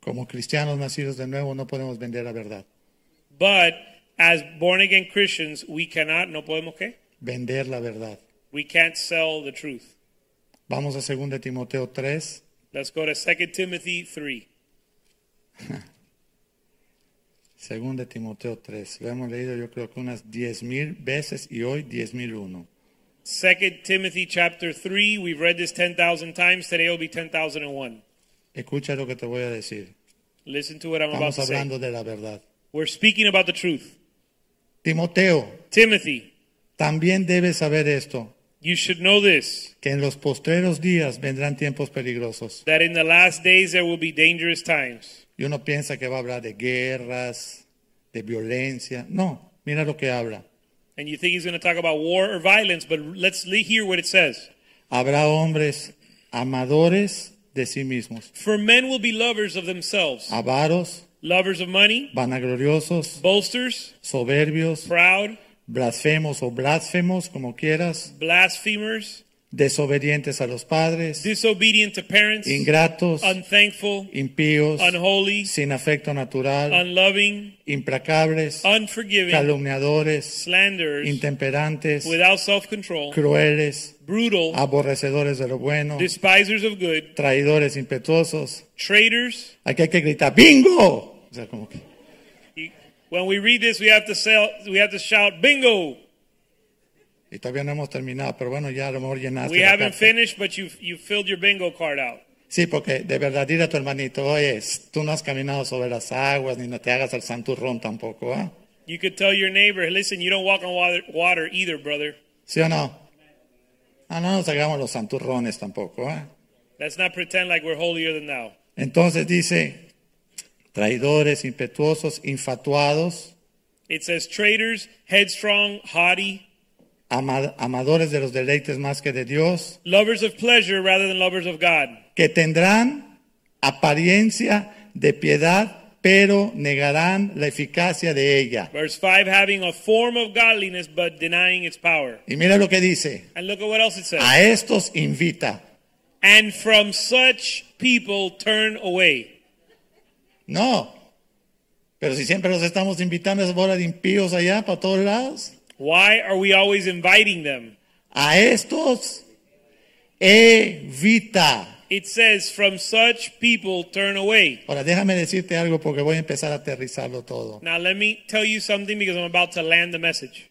como cristianos nacidos de nuevo no podemos vender la verdad. But as born again Christians, we cannot no podemos qué? Vender la verdad. We can't sell the truth. Vamos a 2 de Timoteo 3. Let's go to 2 Timothy 3. 2 de Timoteo 3. Lo hemos leído yo creo que unas 10.000 veces y hoy 10.001. 2 Timothy chapter 3. We've read this 10,000 times. Today will be 10,001. Escucha lo que te voy a decir. Listen to what I'm about Estamos to say. hablando de la verdad. We're speaking about the truth. Timoteo, Timothy, también debes saber esto, you should know this que en los postreros días vendrán tiempos peligrosos. that in the last days there will be dangerous times. Y uno piensa que va a hablar de guerras, de violencia. No, mira lo que habla. And you think he's going to talk about war or violence, but let's le- hear what it says. Habrá hombres amadores de sí mismos, For men will be lovers of themselves, avaros, lovers of money, vanagloriosos, boasters, soberbios, proud, blasfemos o blasfemos, como quieras, blasphemers, desobedientes a los padres, disobedient to parents, ingratos, unthankful, impíos, unholy, sin afecto natural, unloving, implacables, unforgiving, calumniadores, slanderers, intemperantes, without self-control, crueles, brutal, aborrecedores de lo bueno, despisers of good, traidores impetuosos. traitors. Aquí hay que gritar bingo. O sea, como que- You- When we read this, we have to sell, we have to shout bingo. y todavía no hemos terminado, pero bueno, ya a lo mejor llenaste. We la haven't carta. finished, but you've you filled your bingo card out. Sí, porque de verdad dile a tu hermanito, oye, s- tú no has caminado sobre las aguas ni no te hagas el santurrón tampoco, ¿ah? You could tell your neighbor, listen, you don't walk on water, water either, brother. ¿Sí o no? Ah, no nos hagamos los santurrones tampoco, ¿ah? Let's not pretend like we're holier than thou. Entonces dice, traidores, impetuosos, infatuados, It says traitors, headstrong, haughty, ama- amadores de los deleites más que de Dios, lovers of pleasure rather than lovers of God, que tendrán apariencia de piedad, pero negarán la eficacia de ella. Verse 5 having a form of godliness but denying its power. Y mira lo que dice, And look at what else it says. a estos invita. and from such people turn away. No. Pero si siempre los estamos invitando a esa bola de impíos allá para todos lados, Why are we always inviting them? a estos evita. It says from such people turn away. Ahora déjame decirte algo porque voy a empezar a aterrizarlo todo. Now let me tell you something because I'm about to land the message.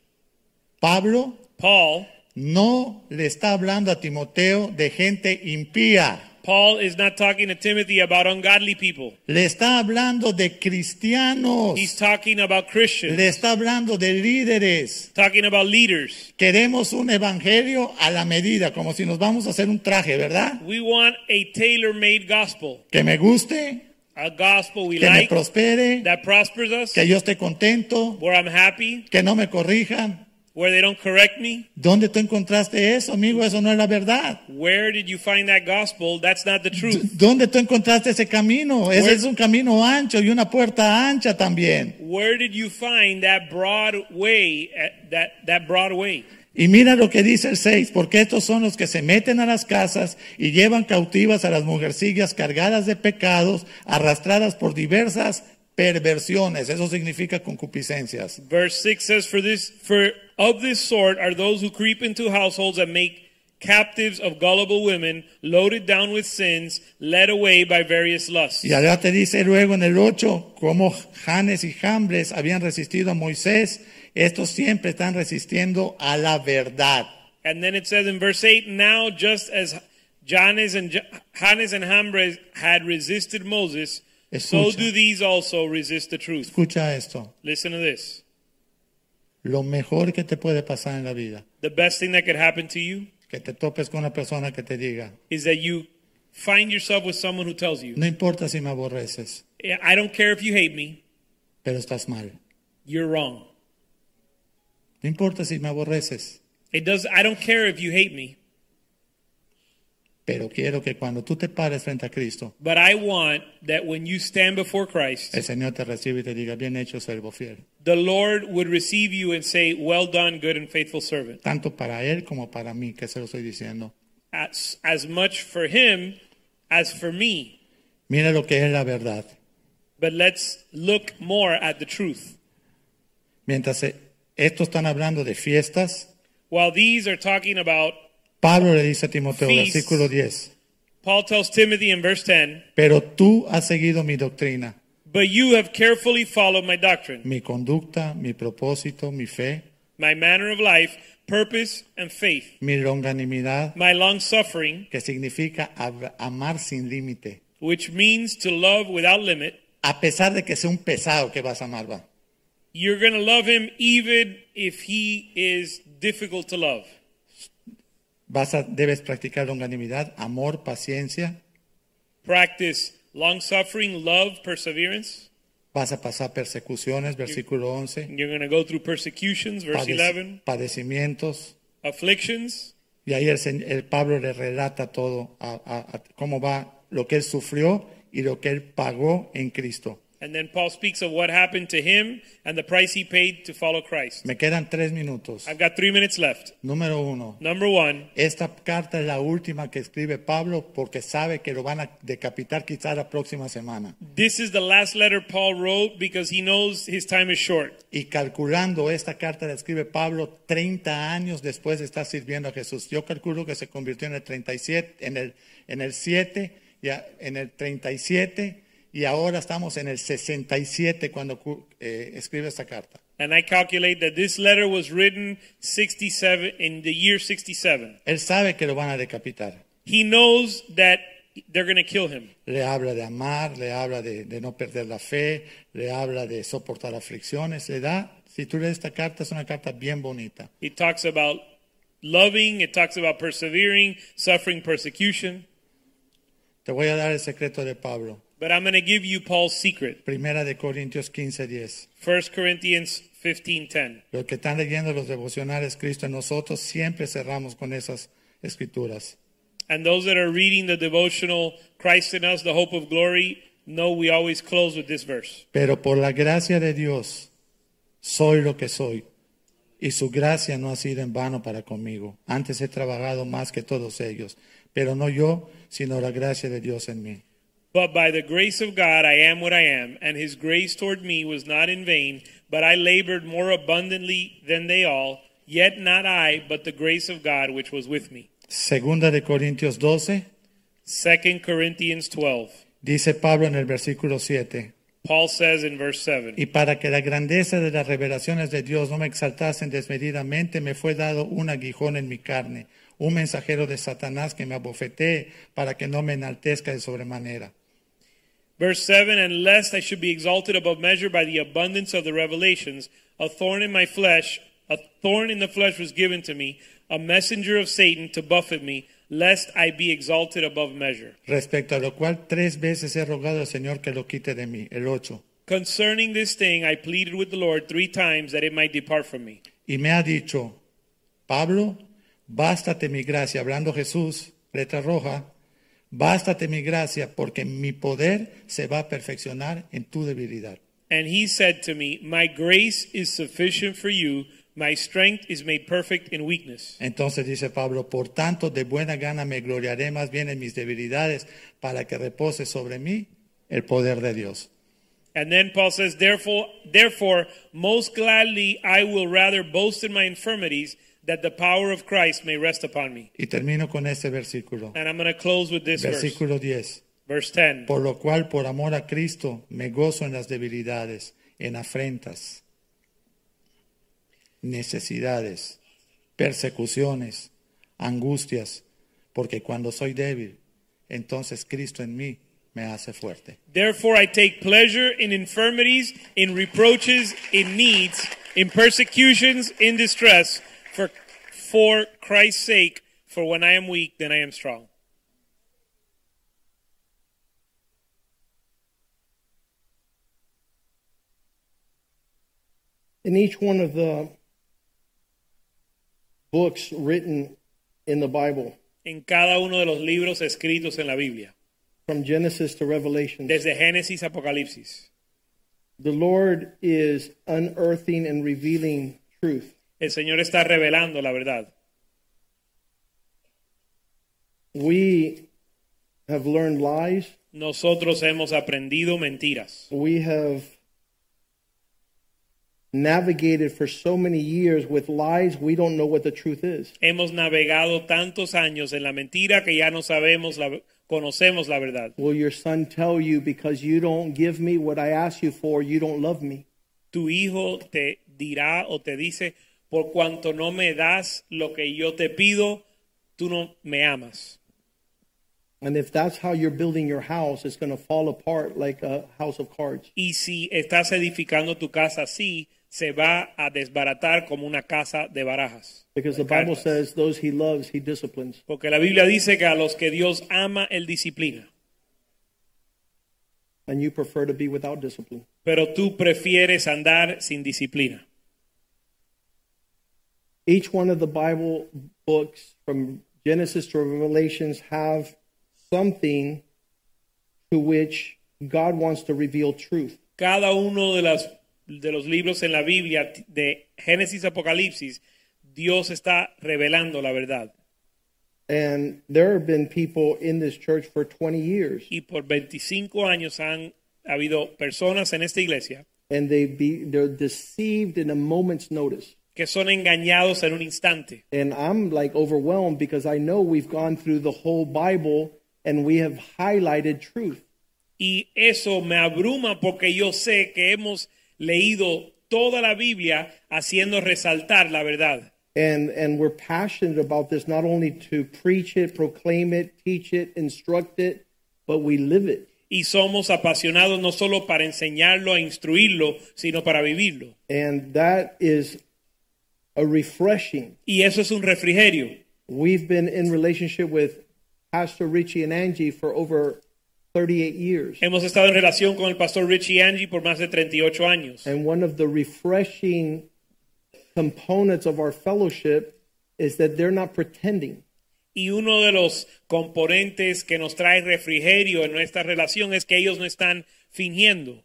Pablo Paul, no le está hablando a Timoteo de gente impía. Paul is not talking to Timothy about ungodly people. Le está hablando de cristianos. He's talking about Christians, Le está hablando de líderes. talking about leaders. Queremos un evangelio a la medida, como si nos vamos a hacer un traje, ¿verdad? We want a tailor-made gospel, Que me guste, a gospel we que me like prospere, that prospers us, que yo esté contento, where I'm happy, que no me corrijan. where they don't correct me. ¿Dónde tú encontraste eso, amigo? Eso no es la verdad. Where did you find that gospel? That's not the D- truth. ¿Dónde tú encontraste ese camino? Ese Where- es un camino ancho y una puerta ancha también. Where did you find that broad way? eh, That that broad way. Y mira lo que dice el 6, porque estos son los que se meten a las casas y llevan cautivas a las mujercillas cargadas de pecados, arrastradas por diversas perversiones. Eso significa concupiscencias. Verse six says, "For this, for of this sort are those who creep into households and make captives of gullible women, loaded down with sins, led away by various lusts." Y allá te dice luego en el 8 cómo Janes y Jambres habían resistido a Moisés. Estos siempre están resistiendo a la verdad. And then it says in verse 8, now just as Janes and Hannes and Hambres had resisted Moses, so Escucha. do these also resist the truth. Escucha esto. Listen to this. Lo mejor que te puede pasar en la vida, The best thing that could happen to you que te topes con una persona que te diga, is that you find yourself with someone who tells you, no importa si me aborreces, I don't care if you hate me, pero estás mal. you're wrong. No importa si me aborreces, It does I don't care if you hate me, pero quiero que cuando tú te pares frente a Cristo, but I want that when you stand before Christ, el Señor te reciba y te diga, bien hecho, servo fiel, the Lord would receive you and say, "Well done, good and faithful servant." tanto para Él como para mí, que se lo estoy diciendo. As as much for him as for me. Mira lo que es la verdad. But let's look more at the truth. Mientras eh, estos están hablando de fiestas, While these are talking about, Pablo le dice a Timoteo, Feasts. versículo 10, Paul tells Timothy in verse 10, pero tú has seguido mi doctrina, But you have carefully followed my doctrine, mi conducta, mi propósito, mi fe, my manner of life, purpose, and faith, mi longanimidad, my long suffering, que significa ab- amar sin límite, which means to love without limit. a pesar de que sea un pesado que vas a amar. va. You're going to love him even if he is difficult to love. Vas a, debes practicar longanimidad, amor, paciencia, Practice long suffering, love, perseverance. vas a pasar persecuciones, versículo 11, You're going to go through persecutions, verse pade- 11, padecimientos. afflictions. Y ahí el, Señ- el Pablo le relata todo, a- a- a cómo va, lo que él sufrió y lo que él pagó en Cristo. And then Paul speaks of what happened to him and the price he paid to follow Christ. Me quedan tres minutos. I've got three minutes left. Número uno. Number one, Esta carta es la última que escribe Pablo porque sabe que lo van a decapitar quizás la próxima semana. this is the last letter Paul wrote because he knows his time is short. Y calculando esta carta la escribe Pablo 30 años después de estar sirviendo a Jesús. Yo calculo que se convirtió en el 37, en el, en el 7, y a- en el 37 y ahora estamos en el 67 cuando cu- eh, escribe esta carta. And I calculate that this letter was written 67 in the year 67. Él sabe que lo van a decapitar. He knows that they're going to kill him. Le habla de amar, le habla de, de no perder la fe, le habla de soportar aflicciones, le da. Si tú lees esta carta, es una carta bien bonita. It talks about loving, it talks about persevering, suffering persecution. Te voy a dar el secreto de Pablo. But I'm going to give you Paul's secret. Primera de Corintios 15, 10. 1 Corinthians 15:10. Los que están leyendo los devocionales Cristo en nosotros, siempre cerramos con esas escrituras. And those that are reading the devotional Christ in us the hope of glory know we always close with this verse. Pero por la gracia de Dios, soy lo que soy. Y su gracia no ha sido en vano para conmigo. Antes he trabajado más que todos ellos. Pero no yo, sino la gracia de Dios en mí. But by the grace of God I am what I am, and his grace toward me was not in vain, but I labored more abundantly than they all, yet not I, but the grace of God which was with me. Segunda de Corintios 12, 2 Corinthians 12. dice Pablo en el versículo 7. Paul says in verse 7. Y para que la grandeza de las revelaciones de Dios no me exaltasen desmedidamente, me fue dado un aguijón en mi carne, un mensajero de Satanás que me abofetee para que no me enaltezca de sobremanera. Verse 7 And lest I should be exalted above measure by the abundance of the revelations, a thorn in my flesh, a thorn in the flesh was given to me, a messenger of Satan to buffet me, lest I be exalted above measure. Respecto a lo cual tres veces he rogado al Señor que lo quite de mí. El 8. Concerning this thing, I pleaded with the Lord three times that it might depart from me. Y me ha dicho, Pablo, bástate mi gracia, hablando Jesús, letra roja, bástate mi gracia, porque mi poder se va a perfeccionar en tu debilidad. And he said to me, My grace is sufficient for you, my strength is made perfect in weakness. Entonces dice Pablo, por tanto de buena gana me gloriaré más bien en mis debilidades para que repose sobre mí el poder de Dios. And then Paul says, therefore, therefore, most gladly I will rather boast in my infirmities that the power of Christ may rest upon me. Y termino con este versículo, And I'm going to close with this verse, versículo 10. verse 10. Por lo cual, por amor a Cristo, me gozo en las debilidades, en afrentas, necesidades, persecuciones, angustias, porque cuando soy débil, entonces Cristo en mí me hace fuerte. Therefore I take pleasure in infirmities, in reproaches, in needs, in persecutions, in distress, for, for Christ's sake, for when I am weak, then I am strong. in each one of the books written in the Bible, En cada uno de los libros escritos en la Biblia, from Genesis to Revelation, desde Génesis a Apocalipsis. the Lord is unearthing and revealing truth. El Señor está revelando la verdad. We have learned lies, Nosotros hemos aprendido mentiras. we have navigated for so many years with lies, we don't know what the truth is. Hemos navegado tantos años en la mentira que ya no sabemos, la, conocemos la verdad. Will your son tell you, because you don't give me what I ask you for, you don't love me? Tu hijo te dirá o te dice, por cuanto no me das lo que yo te pido, tú no me amas. And if that's how you're building your house, it's going to fall apart like a house of cards. Y si estás edificando tu casa así, se va a desbaratar como una casa de barajas. Because de the Bible cartas. says those he loves, he disciplines. Porque la Biblia dice que a los que Dios ama, Él disciplina. And you prefer to be without discipline. Pero tú prefieres andar sin disciplina. Each one of the Bible books from Genesis to Revelations have something to which God wants to reveal truth. cada uno de, las- de los libros en la Biblia, de Génesis, Apocalipsis, Dios está revelando la verdad. And there have been people in this church for 20 years, Y por 25 años han habido personas en esta iglesia and they be, they're deceived in a moment's notice. que son engañados en un instante. And I'm like overwhelmed because I know we've gone through the whole Bible and we have highlighted truth. Y eso me abruma porque yo sé que hemos leído toda la Biblia haciendo resaltar la verdad. And, and we're passionate about this, not only to preach it, proclaim it, teach it, instruct it, but we live it. Y somos apasionados no solo para enseñarlo e instruirlo, sino para vivirlo. And that is a refreshing. Y eso es un refrigerio. We've been in relationship with Pastor Richie and Angie for over 38 years. Hemos estado en relación con el pastor Richie Angie por más de 38 años. And one of the refreshing components of our fellowship is that they're not pretending. Y uno de los componentes que nos trae refrigerio en nuestra relación es que ellos no están fingiendo.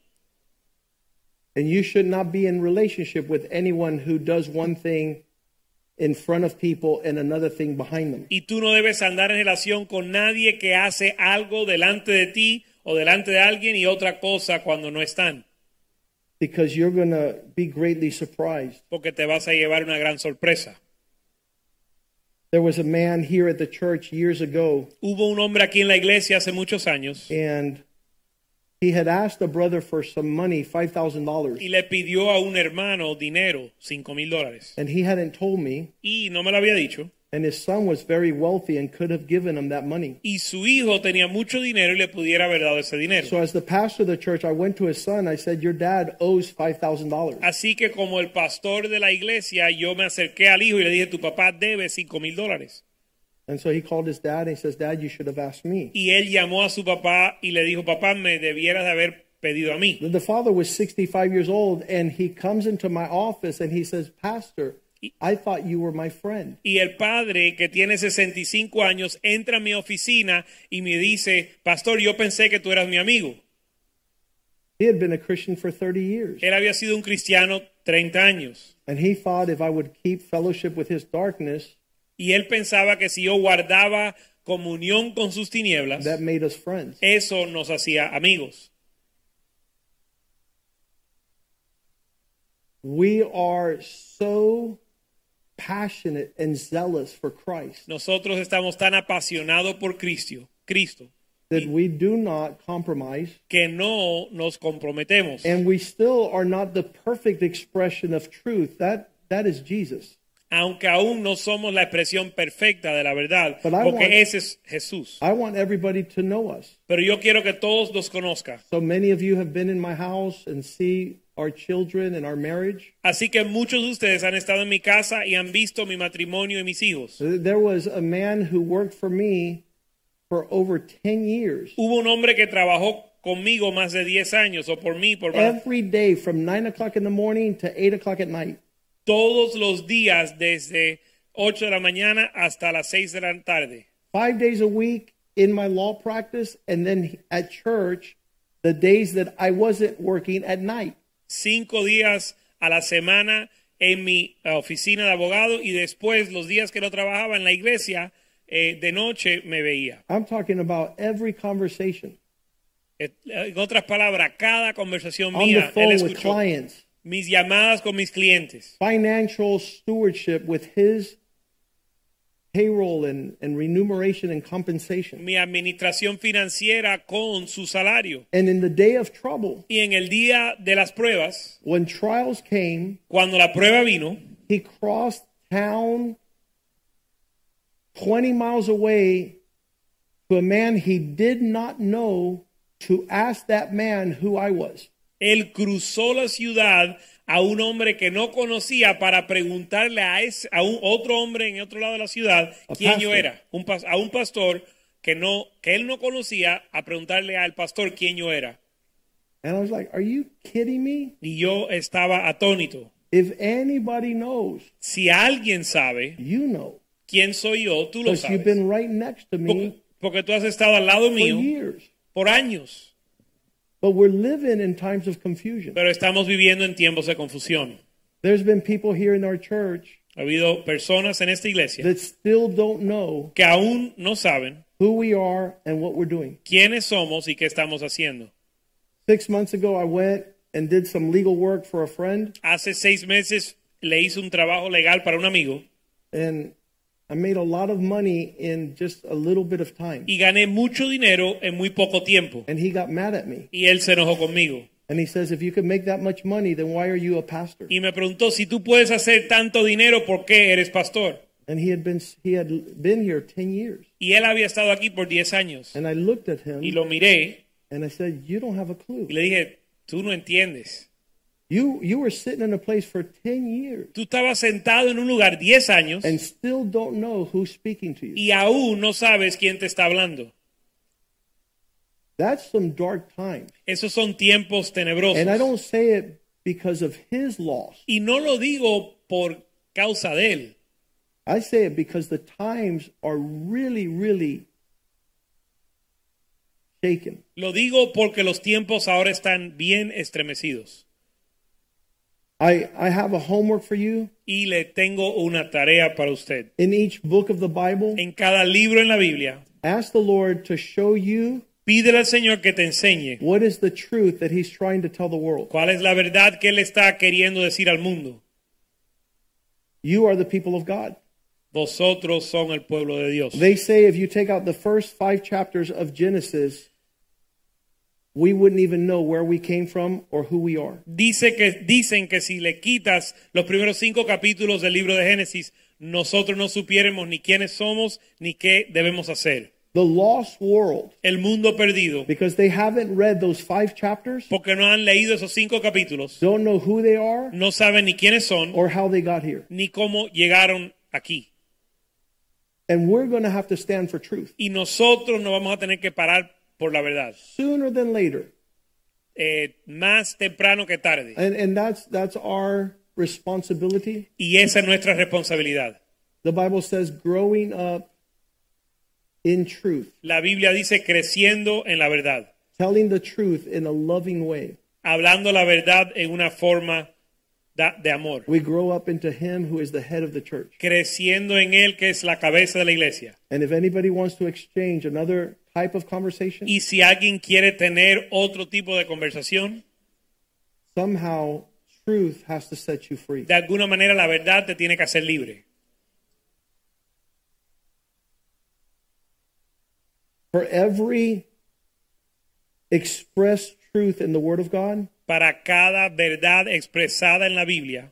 And you should not be in relationship with anyone who does one thing in front of people and another thing behind them. Y tú no debes andar en relación con nadie que hace algo delante de ti o delante de alguien y otra cosa cuando no están, Because you're going to be greatly surprised. porque te vas a llevar una gran sorpresa. There was a man here at the church years ago, Hubo un hombre aquí en la iglesia hace muchos años and he had asked a brother for some money, $5,000. y le pidió a un hermano dinero, cinco mil dólares. And he hadn't told me, Y no me lo había dicho. and his son was very wealthy and could have given him that money. Y su hijo tenía mucho dinero y le pudiera haber dado ese dinero. So as the pastor of the church, I went to his son. I said, "Your dad owes five thousand dollars." Así que como el pastor de la iglesia, yo me acerqué al hijo y le dije, tu papá debe cinco mil dólares. And so he called his dad and he says, "Dad, you should have asked me." Y él llamó a su papá y le dijo, papá, me debieras de haber pedido a mí. The father was sixty-five years old, and he comes into my office and he says, "Pastor, I thought you were my friend." Y el padre, que tiene 65 años, entra a mi oficina y me dice, pastor, yo pensé que tú eras mi amigo. He had been a Christian for thirty years, Él había sido un cristiano 30 años. and he thought if I would keep fellowship with his darkness, Y él pensaba que si yo guardaba comunión con sus tinieblas, that made us friends. eso nos hacía amigos. We are so passionate and zealous for Christ Nosotros estamos tan apasionados por Cristo, Cristo, that we do not compromise. que no nos comprometemos and we still are not the perfect expression of truth. That that is Jesus. aunque aún no somos la expresión perfecta de la verdad, But I want- porque ese es Jesús. I want everybody to know us. Pero yo quiero que todos nos conozcan. So many of you have been in my house and see our children and our marriage. Así que muchos de ustedes han estado en mi casa y han visto mi matrimonio y mis hijos. There was a man who worked for me for over 10 years. Hubo un hombre que trabajó conmigo más de 10 años o por mí, por más- Every day from 9 o'clock in the morning to 8 o'clock at night. todos los días desde 8 de la mañana hasta las 6 de la tarde. Five days a week in my law practice and then at church the days that I wasn't working at night. cinco días a la semana en mi eh, oficina de abogado y después los días que no trabajaba en la iglesia eh, de noche me veía. I'm talking about every conversation. Eh, En otras palabras, cada conversación on the mía él phone with escuchó clients, mis llamadas con mis clientes, financial stewardship with his payroll and, and remuneration and compensation. mi administración financiera con su salario And in the day of trouble, y en el día de las pruebas, when trials came, cuando la prueba vino, he crossed town 20 miles away to a man he did not know to ask that man who I was. él cruzó la ciudad a un hombre que no conocía para preguntarle a, ese- a un otro hombre en otro lado de la ciudad A quién yo pastor. era. Un pas- a un pastor que, no, que él no conocía a preguntarle al pastor quién yo era. And I was like, Are you kidding me? Y yo estaba atónito. If anybody knows, Si alguien sabe you know. quién soy yo, tú lo Because you've sabes. been right next to Porque, me porque tú has estado al lado for mío years. por años. But we're living in times of confusion. pero estamos viviendo en tiempos de confusión. There's been people here in our church Ha habido personas en esta iglesia that still don't know que aún no saben who we are and what we're doing. quiénes somos y qué estamos haciendo. Six months ago, I went and did some legal work for a friend, Hace seis meses le hice un trabajo legal para un amigo and I made a lot of money in just a little bit of time. y gané mucho dinero en muy poco tiempo. And he got mad at me. Y él se enojó conmigo And he says, If you could make that much money, then why are you a pastor? y me preguntó, si tú puedes hacer tanto dinero, ¿por qué eres pastor? And he had been, he had been here 10 years. Y él había estado aquí por 10 años. And I looked at him Y lo miré and I said, You don't have a clue. y le dije, tú no entiendes. You, you were sitting in a place for 10 years Tú estabas sentado en un lugar 10 años and still don't know who's speaking to you. y aún no sabes quién te está hablando. That's some dark times. Esos son tiempos tenebrosos. And I don't say it because of his loss. Y no lo digo por causa de él. I say it because the times are really, really shaken. Lo digo porque los tiempos ahora están bien estremecidos. I, I have a homework for you. Y le tengo una tarea para usted. In each book of the Bible, En cada libro en la Biblia, ask the Lord to show you pídele al Señor que te enseñe what is the truth that he's trying to tell the world. cuál es la verdad que Él está queriendo decir al mundo. You are the people of God. Vosotros son el pueblo de Dios. They say if you take out the first five chapters of Genesis, we wouldn't even know where we came from or who we are. Dice que, dicen que si le quitas los primeros cinco capítulos del libro de Génesis, nosotros no supiéramos ni quiénes somos ni qué debemos hacer. The lost world, El mundo perdido, because they haven't read those five chapters, porque no han leído esos cinco capítulos, don't know who they are no saben ni quiénes son or how they got here. ni cómo llegaron aquí. And we're going to have to stand for truth. Y nosotros nos vamos a tener que parar por la verdad, Sooner than later. eh, más temprano que tarde. And and that's that's our responsibility. Y esa es nuestra responsabilidad. The Bible says growing up in truth, La Biblia dice creciendo en la verdad, telling the truth in a loving way. hablando la verdad en una forma da- de amor. We grow up into him who is the head of the church. creciendo en él que es la cabeza de la iglesia. And if anybody wants to exchange another type of conversation, Y si alguien quiere tener otro tipo de conversación, somehow truth has to set you free. de alguna manera la verdad te tiene que hacer libre. For every expressed truth in the word of God, Para cada verdad expresada en la Biblia,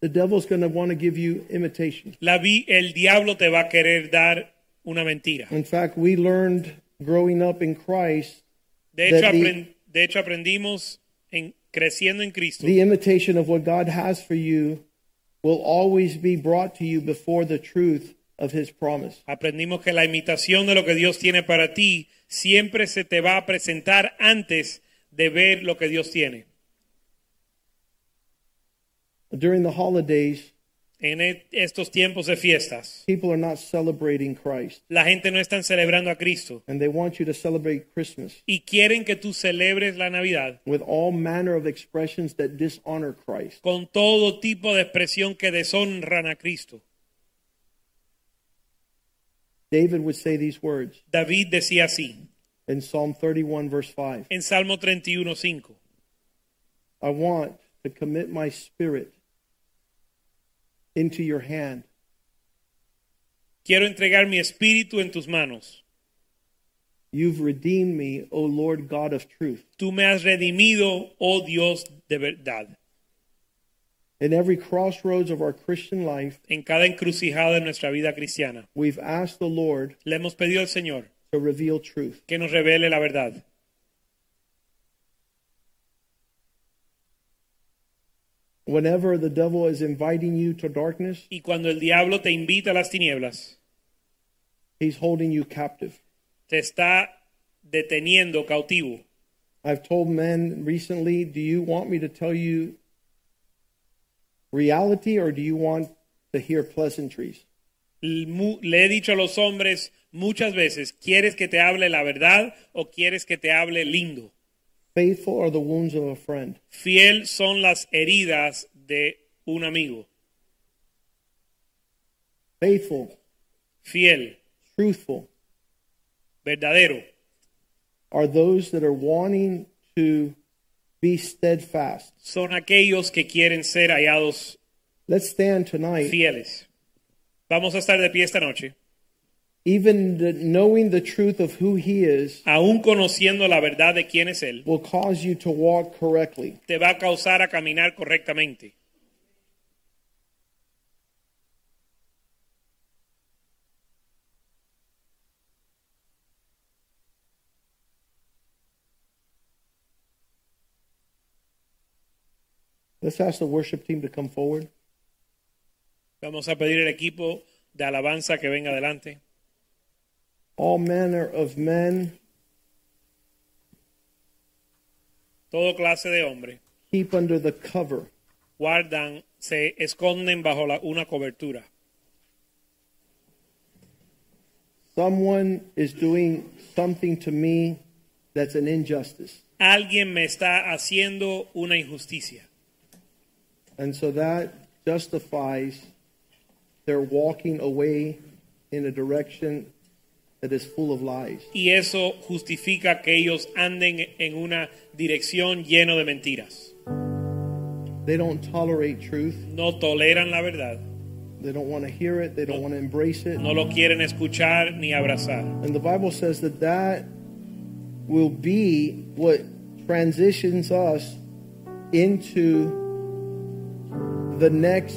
the devil's going to want to give you imitation. la vi- el diablo te va a querer dar una mentira. In fact, we learned growing up in Christ De hecho, That the- apren- de hecho aprendimos en creciendo en Cristo the imitation of what God has for you will always be brought to you before the truth of his promise. Aprendimos que la imitación de lo que Dios tiene para ti siempre se te va a presentar antes de ver lo que Dios tiene. During the holidays, En e- estos tiempos de fiestas, people are not celebrating Christ la gente no está celebrando a Cristo and they want you to celebrate Christmas y quieren que tú celebres la Navidad with all manner of expressions that dishonor Christ. con todo tipo de expresión que deshonran a Cristo. David would say these words David decía así in Psalm 31, verse 5 en Salmo 31:5. I want to commit my spirit into your hand. Quiero entregar mi espíritu en tus manos. You've redeemed me, O Lord God of truth. Tú me has redimido, oh Dios de verdad. In every crossroads of our Christian life, En cada encrucijada de nuestra vida cristiana, we've asked the Lord le hemos pedido al Señor to reveal truth. que nos revele la verdad. Whenever the devil is inviting you to darkness, Y cuando el diablo te invita a las tinieblas, he's holding you captive. te está deteniendo cautivo. I've told men recently, do you want me to tell you reality or do you want to hear pleasantries? L- mu- Le he dicho a los hombres muchas veces, ¿quieres que te hable la verdad o quieres que te hable lindo? Faithful are the wounds of a friend. Fiel son las heridas de un amigo. Faithful, Fiel, truthful verdadero, are those that are wanting to be steadfast. son aquellos que quieren ser hallados Let's stand tonight, fieles. Vamos a estar de pie esta noche, even the, knowing the truth of who He is, aún conociendo la verdad de quién es Él, will cause you to walk correctly. te va a causar a caminar correctamente. Let's ask the worship team to come forward. Vamos a pedir al equipo de alabanza que venga adelante. All manner of men Todo clase de hombre keep under the cover. guardan, se esconden bajo la- una cobertura. Someone is doing something to me that's an injustice. Alguien me está haciendo una injusticia. And so that justifies their walking away in a direction that is full of lies. Y eso justifica que ellos anden en una dirección lleno de mentiras. They don't tolerate truth. No toleran la verdad, They don't want to hear it. They don't want to embrace it. no lo quieren escuchar ni abrazar. And the Bible says that that will be what transitions us into the next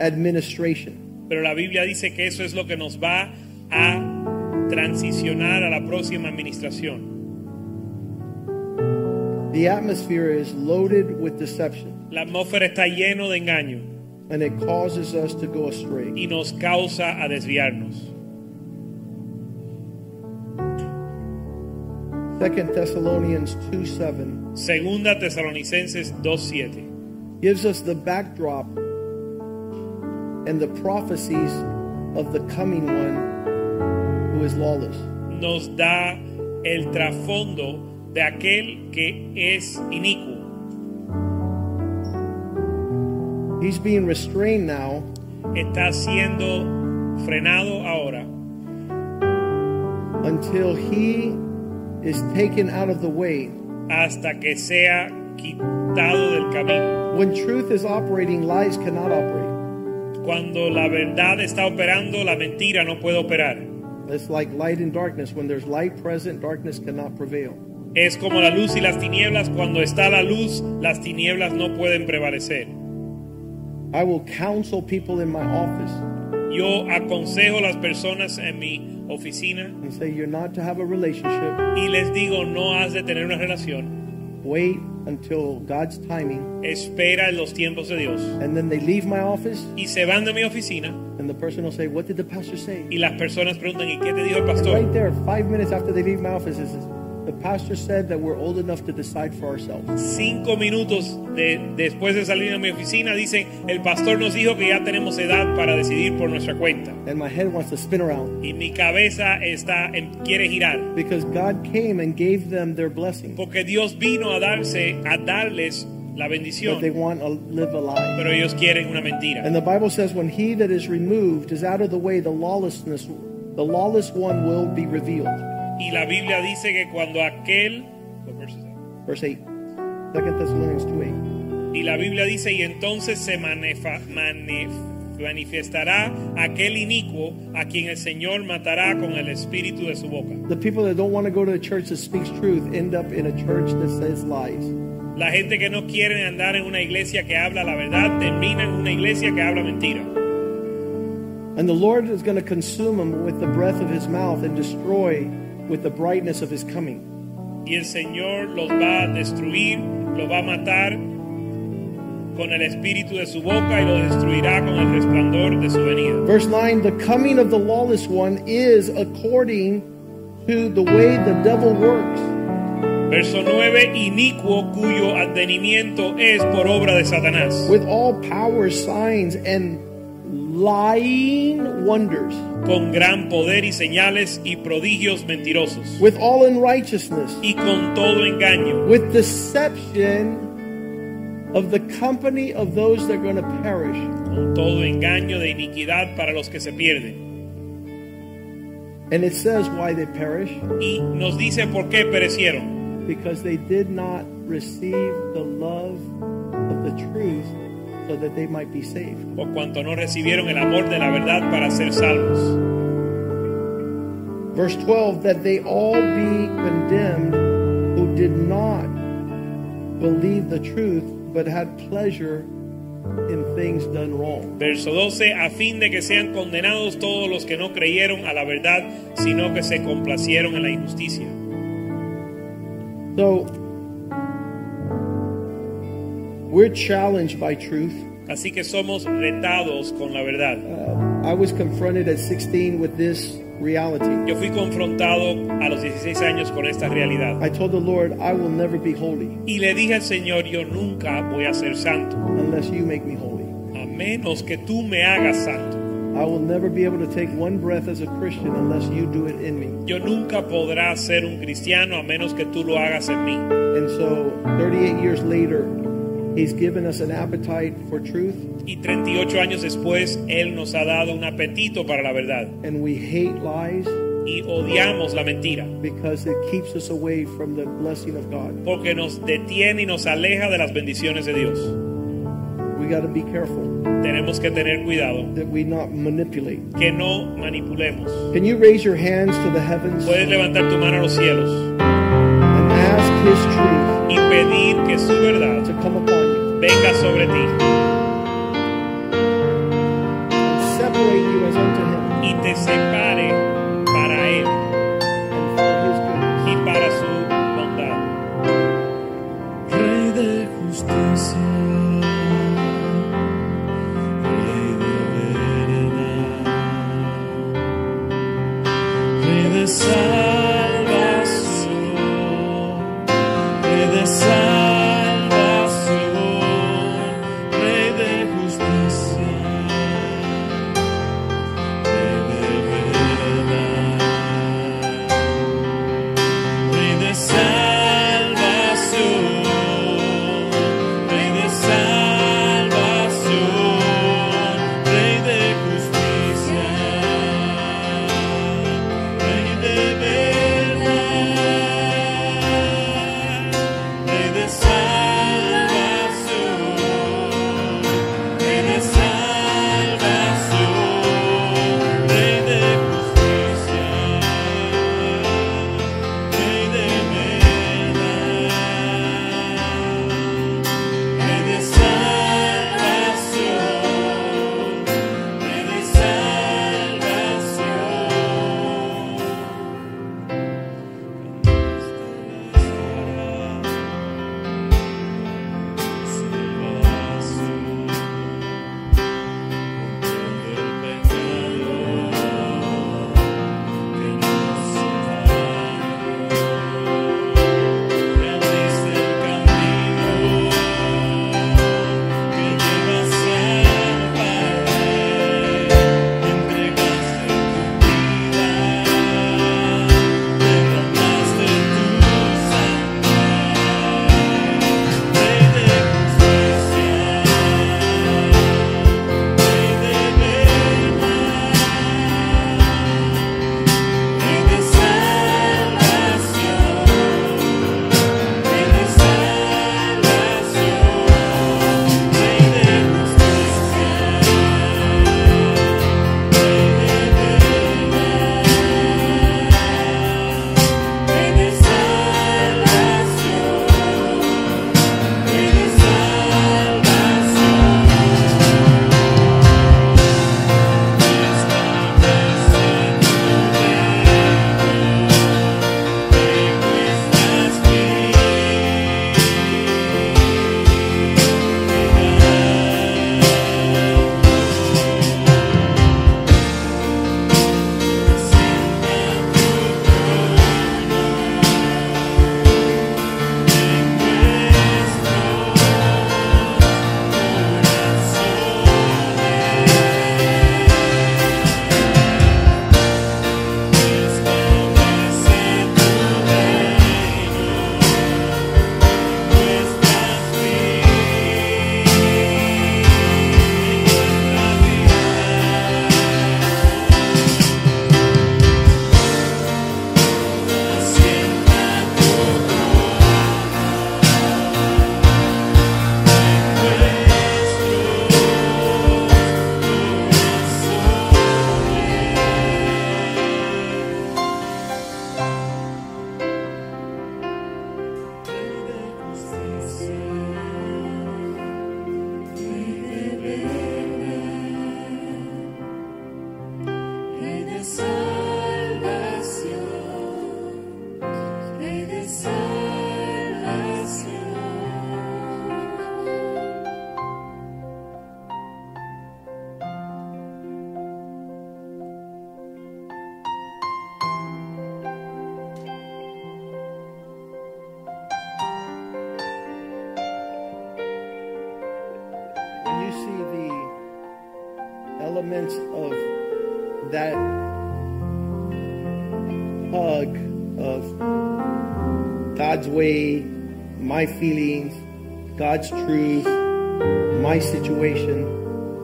administration. Pero la Biblia dice que eso es lo que nos va a transicionar a la próxima administración. The atmosphere is loaded with deception La atmósfera está lleno de engaño and it causes us to go astray. y nos causa a desviarnos. Second Thessalonians 2 7 Segunda Tesalonicenses 2:7. gives us the backdrop and the prophecies of the coming one who is lawless. nos da el trasfondo de aquel que es inicuo. He's being restrained now Está siendo frenado ahora until he is taken out of the way. hasta que sea quitado del camino. When truth is operating, lies cannot operate. Cuando la verdad está operando, la mentira no puede operar. It's like light and darkness. When there's light present, darkness cannot prevail. Es como la luz y las tinieblas. Cuando está la luz, las tinieblas no pueden prevalecer. I will counsel people in my office Yo aconsejo a las personas en mi oficina and say, You're not to have a relationship. y les digo, no has de tener una relación. Wait until God's timing. Espera en los tiempos de Dios. And then they leave my office, Y se van de mi oficina and the person will say, What did the pastor say? y las personas preguntan, ¿y qué te dijo And el right pastor? there, five minutes after they leave my office, it says, The pastor said that we're old enough to decide for ourselves. Cinco minutos de- después de salir de mi oficina dicen, el pastor nos dijo que ya tenemos edad para decidir por nuestra cuenta. And my head wants to spin around Y mi cabeza está en- quiere girar, because God came and gave them their blessing, porque Dios vino a darse, a darles la but they bendición, want to live a lie. pero ellos quieren una mentira. And the Bible says, when he that is removed is out of the way, the lawlessness, the lawless one will be revealed. Y la Biblia dice que cuando aquel... Verse 8, 2 Thessalonians 2 Y la Biblia dice, y entonces se manefa- manif- manifestará aquel inicuo a quien el Señor matará con el espíritu de su boca. 8. The people that don't want to go to a church that speaks truth end up in a church that says lies. La gente que no quiere andar en una iglesia que habla la verdad termina en una iglesia que habla mentira. And the Lord is going to consume them with the breath of his mouth and destroy with the brightness of his coming. Y el Señor los va a destruir, los va a matar con el espíritu de su boca y los destruirá con el resplandor de su venida. Verse 9, the coming of the lawless one is according to the way the devil works. Verso 9, inicuo cuyo advenimiento es por obra de Satanás, with all power, signs, and lying wonders, con gran poder y señales y prodigios mentirosos, with all unrighteousness, y con todo engaño, with deception of the company of those that are going to perish, con todo engaño de iniquidad para los que se pierden. and it says why they perish Y nos dice por qué perecieron, because they did not receive the love of the truth so that they might be saved. por cuanto no recibieron el amor de la verdad para ser salvos. Verse 12 that they all be condemned who did not believe the truth but had pleasure in things done wrong. Verso 12, a fin de que sean condenados todos los que no creyeron a la verdad, sino que se complacieron en la injusticia. So we're challenged by truth. Así que somos retados con la verdad. Uh, I was confronted at 16 with this reality. Yo fui confrontado a los 16 años con esta realidad. I told the Lord, I will never be holy Y le dije al Señor, yo nunca voy a ser santo, unless you make me holy. a menos que tú me hagas santo. I will never be able to take one breath as a Christian unless you do it in me. Yo nunca podrá ser un cristiano a menos que tú lo hagas en mí. And so 38 years later, he's given us an appetite for truth, Y 38 años después, Él nos ha dado un apetito para la verdad. and we hate lies Y odiamos la mentira, because it keeps us away from the blessing of God. porque nos detiene y nos aleja de las bendiciones de Dios. We got to be careful Tenemos que tener cuidado that we not manipulate. que no manipulemos. Can you raise your hands to the heavens Puedes levantar tu mano a los cielos and ask his truth y pedir que su verdad to come upon you venga sobre ti and separate you as unto him y te separe para Él and for y para su bondad. Rey de justicia, Rey de veredad, Rey de salvación, Rey de salvación, Rey de justicia, Rey de veredad. Rey de salvación, Rey de salvación, see the elements of that hug of God's way, my feelings, God's truth, my situation.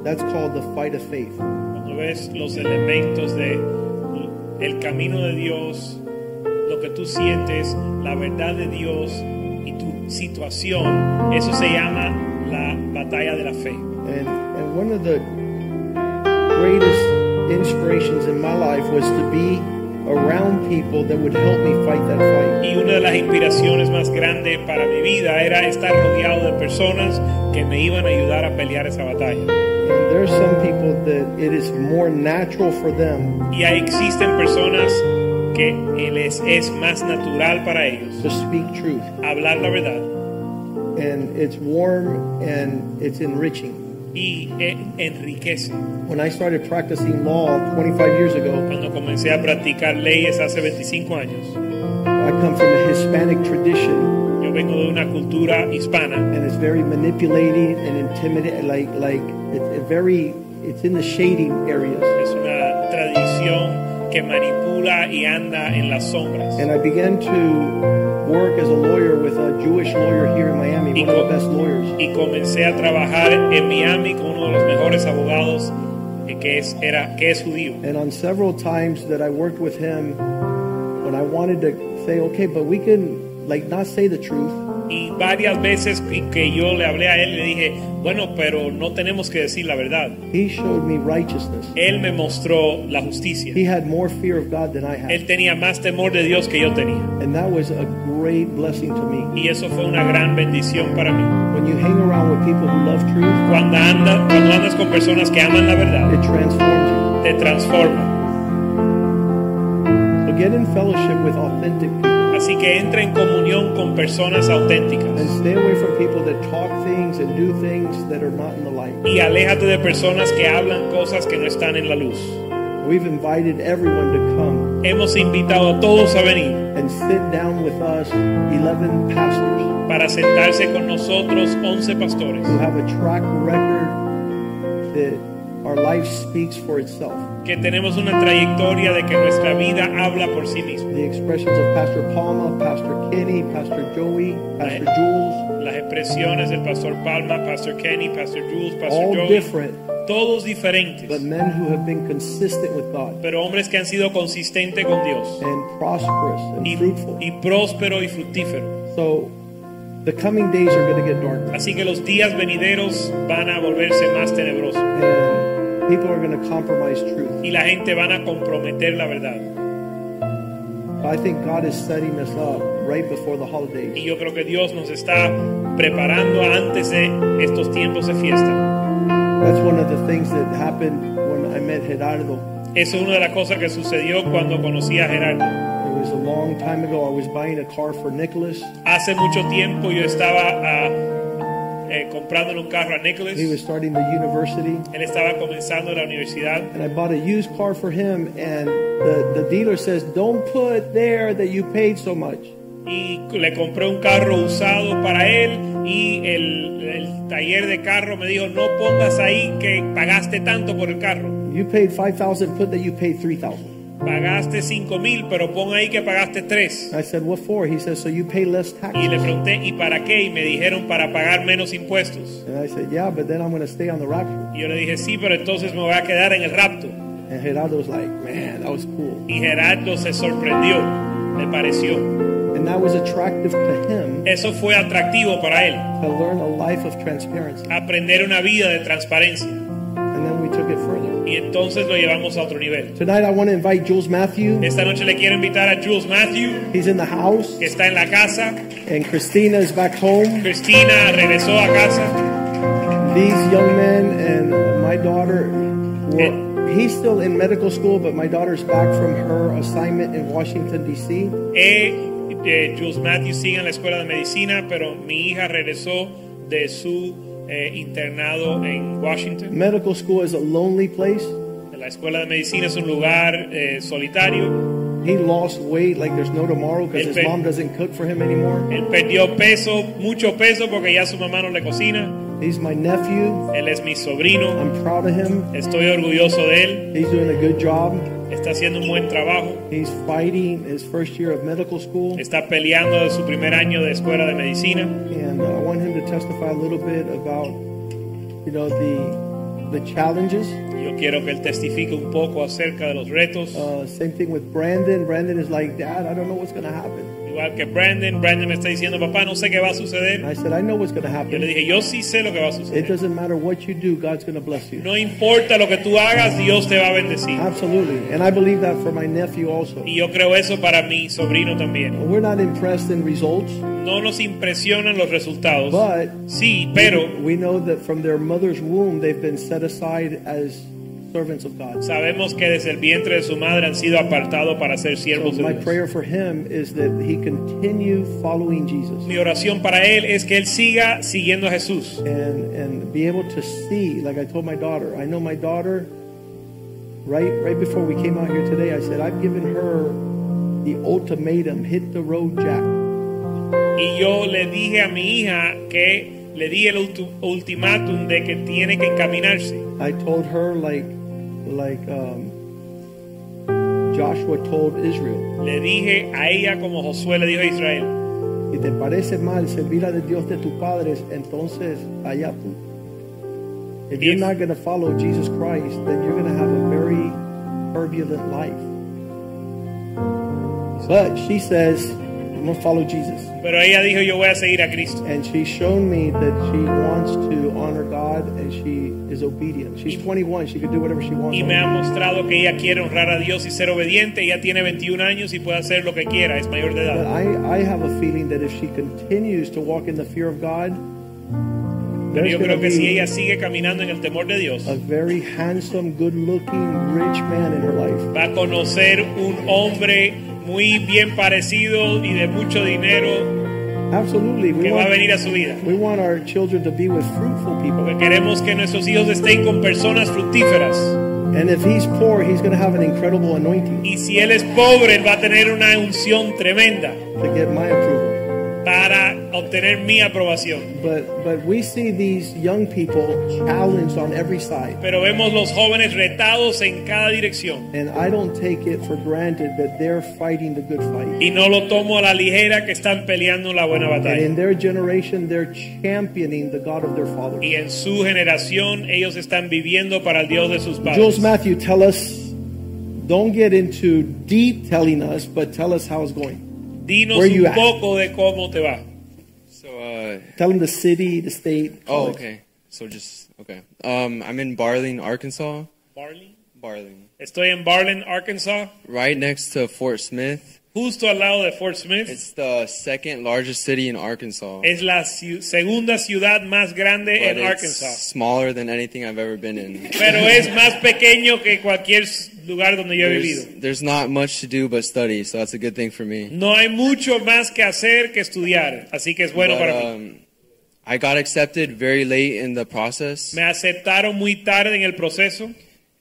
That's called the fight of faith. Cuando ves los elementos de el camino de Dios, lo que tú sientes, la verdad de Dios y tu situación, eso se llama la batalla de la fe. And, and one of the greatest inspirations in my life was to be around people that would help me fight that fight. Y una de las inspiraciones más grandes para mi vida era estar rodeado de personas que me iban a ayudar a pelear esa batalla. And there's some people that it is more natural for them Y ahí existen personas que les es más natural para ellos to speak truth. hablar la verdad And it's warm and it's enriching. y eh, enriquece. When I started practicing law 25 years ago, Cuando comencé a practicar leyes hace 25 años, I come from a Hispanic tradition yo vengo de una cultura hispana and it's very manipulating and intimidating. Like, like it's a very, it's in the shading areas. Es una tradición que manipula y anda en las sombras. And I began to work as a lawyer with a Jewish lawyer here in Miami, one of the best lawyers. Y comencé a trabajar en Miami con uno de los mejores abogados eh, que es, era, que es judío. And on several times that I worked with him, when I wanted to say, okay, but we can like not say the truth, Y varias veces que- que yo le hablé a él y le dije, bueno, pero no tenemos que decir la verdad. he showed me righteousness. Él me mostró la justicia. He had more fear of God than I Él had. tenía más temor de Dios que yo tenía. And that was a great blessing to me. Y eso fue una gran bendición para mí. When you hang around with people who love truth, Cuando, anda, cuando andas con personas que aman la verdad, it transforms te transforma. you. So get in fellowship with authentic people Así que entra en comunión con personas and auténticas. stay away from people that talk things and do things that are not in the light. Y aléjate de personas que hablan cosas que no están en la luz. We've invited everyone to come Hemos invitado a todos a venir and sit down with us, 11 pastors para sentarse con nosotros 11 pastores who have a track record that our life speaks for itself. que tenemos una trayectoria de que nuestra vida habla por sí misma. The expressions of Pastor Palma, Pastor Kenny, Pastor Joey, Pastor Jules, Las expresiones del Pastor Palma, Pastor Kenny, Pastor Jules, Pastor all Joey, different, todos but diferentes, men who have been consistent with God pero hombres que han sido consistentes con Dios and prosperous y, and fruitful. y próspero y fructífero. So the coming days are going to get darker, Así que los días venideros van a volverse más tenebrosos and people are going to compromise truth. y la gente van a comprometer la verdad. I think God is setting us up right before the holidays. Y yo creo que Dios nos está preparando antes de estos tiempos de fiesta. That's one of the things that happened when I met Gerardo. Eso es una de las cosas que sucedió cuando conocí a Gerardo. It was a long time ago. I was buying a car for Nicholas. Hace mucho tiempo yo estaba ah, eh, comprándole un carro a Nicholas. He was starting the university. Él estaba comenzando la universidad And I bought a used car for him. And the, the dealer says, Don't put there that you paid so much. y le compré un carro usado para él y el, el taller de carro me dijo no pongas ahí que pagaste tanto por el carro. You paid 5000 put that you paid 3000 Pagaste 5 mil pero pon ahí que pagaste 3. I said, What for? He says, So you pay less Y le taxes. pregunté ¿y para qué? Y me dijeron para pagar menos impuestos. And I said, Yeah, but then I'm going to stay on the rapture. Y yo le dije sí pero entonces me voy a quedar en el rapto. And Gerardo was like, Man, that was cool. Y Gerardo se sorprendió, le pareció. And that was attractive to him Eso fue atractivo para él, to learn a life of transparency. aprender una vida de transparencia. And then we took it further. Y entonces lo llevamos a otro nivel. Tonight I want to invite Jules Matthew. Esta noche le quiero invitar a Jules Matthew, He's in the house, que está en la casa. and Christina is back home. Cristina regresó a casa. These young men and my daughter, were, he's still in medical school, but my daughter's back from her assignment in Washington, D.C. Eh, eh, Jules Matthew sigue en la escuela de medicina, pero mi hija regresó de su eh, internado en Washington. Medical school is a lonely place. La escuela de medicina es un lugar eh, solitario. He lost weight like there's no tomorrow because his Perfect. mom doesn't cook for him anymore. Él perdió peso, mucho peso, porque ya su mamá no le cocina. He's my nephew. Él es mi sobrino. I'm proud of him. Estoy orgulloso de él. He's doing a good job. Está haciendo un buen trabajo. He's fighting his first year of medical school. Está peleando de su primer año de escuela de medicina. And uh, I want him to testify a little bit about, you know, the, the challenges. Yo quiero que él testifique un poco acerca de los retos. Uh, same thing with Brandon. Brandon is like, Dad, I don't know what's going to happen. Igual que Brandon. Brandon me está diciendo, papá, no sé qué va a And suceder. I said, I know what's going to Yo le happen. dije, yo sí sé lo que va a It suceder. doesn't matter what you do, God's going to bless you. No importa lo que tú hagas, Dios te va a bendecir. Absolutely. And I believe that for my nephew also. Y yo creo eso para mi sobrino también. We're not impressed in results, No nos impresionan los resultados. but Sí, pero we know that from their mother's womb they've been set aside as servants of God. sabemos que desde el vientre de su madre han sido apartados para ser siervos My de Dios. prayer for him is that he continue following Jesus Mi oración para él es que él siga siguiendo a Jesús and and be able to see, like I told my daughter, I know my daughter right right before we came out here today, I said I've given her the ultimatum, hit the road jack. y yo le dije a mi hija que le di el ultu- ultimátum de que tiene que encaminarse. I told her like like um, Joshua told Israel, Le dije a ella como Josué le dijo a Israel, si te parece mal servir al Dios de tus padres, entonces allá tú. If you're If- not going to follow Jesus Christ, then you're going to have a very turbulent life. But she says, I'm going to follow Jesus. pero ella dijo yo voy a seguir a Cristo. And she's shown me that she wants to honor God and she is obedient. She's 21. She can do whatever she wants. Y me ha mostrado que ella quiere honrar a Dios y ser obediente. Ella tiene 21 años y puede hacer lo que quiera, es mayor de But edad. I, I have a feeling that if she continues to walk in the fear of God, Pero there's yo gonna creo que si be ella sigue caminando en el temor de Dios, a very handsome, good-looking, rich man in her life. va a conocer un hombre muy bien parecido y de mucho dinero Absolutely, we que va a want, venir a su vida. we want our children to be with fruitful people. Porque queremos que nuestros hijos estén con personas fructíferas. And if he's poor, he's going to have an incredible anointing Y si él es pobre, él va a tener una unción tremenda to get my approval. para obtener mi aprobación. But but we see these young people challenged on every side, Pero vemos los jóvenes retados en cada dirección. and I don't take it for granted that they're fighting the good fight. Y no lo tomo a la ligera que están peleando la buena And batalla. in their generation, they're championing the God of their father. Y en su generación ellos están viviendo para el Dios de sus padres. Jules Matthew, tell us. Don't get into deep telling us, but tell us how it's going. Dinos where you un at? poco de cómo te va. So, uh, Tell them the city, the state. oh, college. okay. So just, okay. Um, I'm in Barling, Arkansas. Barling. Estoy en Barlin, Arkansas, Right next to Fort Smith. justo al lado de Fort Smith. It's the second largest city in Arkansas. Es la ciu- segunda ciudad más but grande en it's Arkansas. smaller than anything I've ever been in. Pero es más pequeño que cualquier s- lugar donde yo he There's, vivido. there's not much to do but study, so that's a good thing for me. No hay mucho más que hacer que estudiar, así que es bueno But, para mí. um, I got accepted very late in the process, Me aceptaron muy tarde en el proceso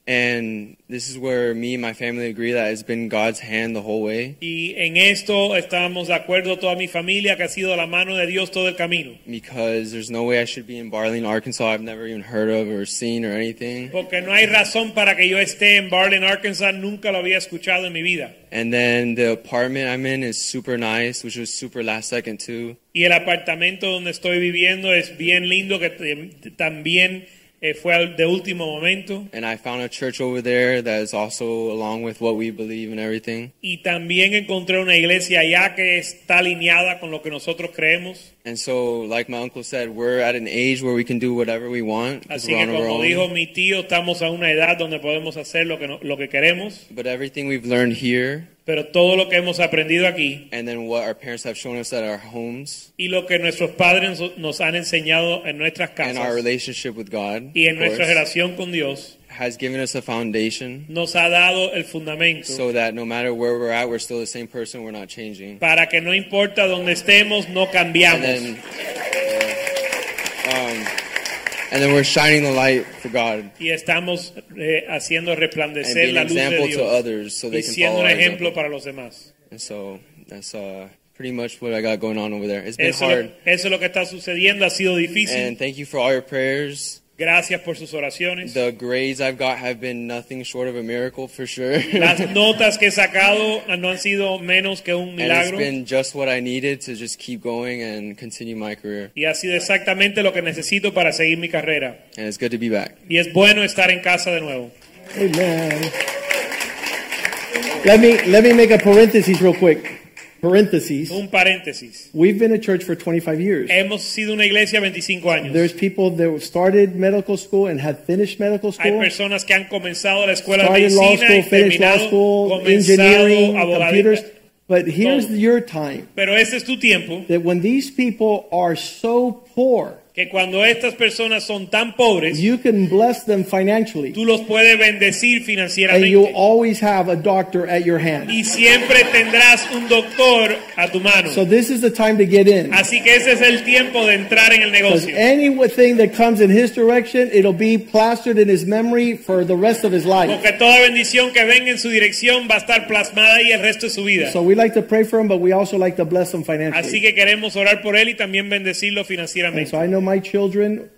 and this is where me and my family agree that it's been God's hand the whole way. y en esto estamos de acuerdo toda mi familia que ha sido la mano de Dios todo el camino. because there's no way I should be in Barling, Arkansas. I've never even heard of or seen or anything. Porque no hay razón para que yo esté en Barlin, Arkansas, nunca lo había escuchado en mi vida. And then the apartment I'm in is super nice, which was super last second too. Y el apartamento donde estoy viviendo es bien lindo, que te- también eh, fue al- de último momento. And I found a church over there that is also along with what we believe and everything. Y también encontré una iglesia allá que está alineada con lo que nosotros creemos. And so, like my uncle said, we're at an age where we can do whatever we want. 'cause Así we're que on our como own. dijo mi tío, estamos a una edad donde podemos hacer lo que, no- lo que queremos. But everything we've learned here Pero todo lo que hemos aprendido aquí and then what our parents have shown us at our homes y lo que nuestros padres nos- nos han enseñado en nuestras and our casas relationship with God y en of nuestra course, relación con Dios has given us a foundation. nos ha dado el fundamento so that no matter where we're at, we're still the same person. We're not changing. para que no importa donde estemos, no And cambiamos. then, um, and then we're shining the light for God y estamos eh, haciendo and resplandecer being la an luz de example to Dios others, so they y can siendo follow. un Our ejemplo example. para los demás. And so that's uh, pretty pretty much what I got going on over there. It's been Eso, hard. eso es lo que está sucediendo, ha sido difícil. And thank you for all your prayers. Gracias por sus oraciones. The grades I've got have been nothing short of a miracle for sure. Las and notas que he sacado no han sido menos que un it's milagro. been just what I needed to just keep going and continue my career. Y ha sido exactamente lo que necesito para seguir mi carrera. And it's good to be back. Y es bueno estar en casa de nuevo. Amen. Let me let me make a parenthesis real quick. Parentheses. Un paréntesis. We've been a church for 25 years. Hemos sido una iglesia 25 años. There's people that started medical school and had finished medical Hay school. personas que han comenzado la escuela de started law school, medicina y finished law terminado, school, engineering, comenzado abogado. computers. But here's Todo. your time Pero este es tu tiempo, that when these people are so poor, que cuando estas personas son tan pobres, you can bless them financially, tú los puedes bendecir and you'll financieramente. always have a doctor at your hand. Y siempre tendrás un doctor a tu mano. So this is the time to get in. Así que ese es el tiempo de entrar en el Because negocio. anything that comes in his direction, it'll be plastered in his memory for the rest of his life. Porque toda bendición que venga en su dirección va a estar plasmada ahí el resto de su vida. So we like to pray for him, but we also like to bless him Así financially. que queremos orar por él y también bendecirlo And financieramente. so I know my children,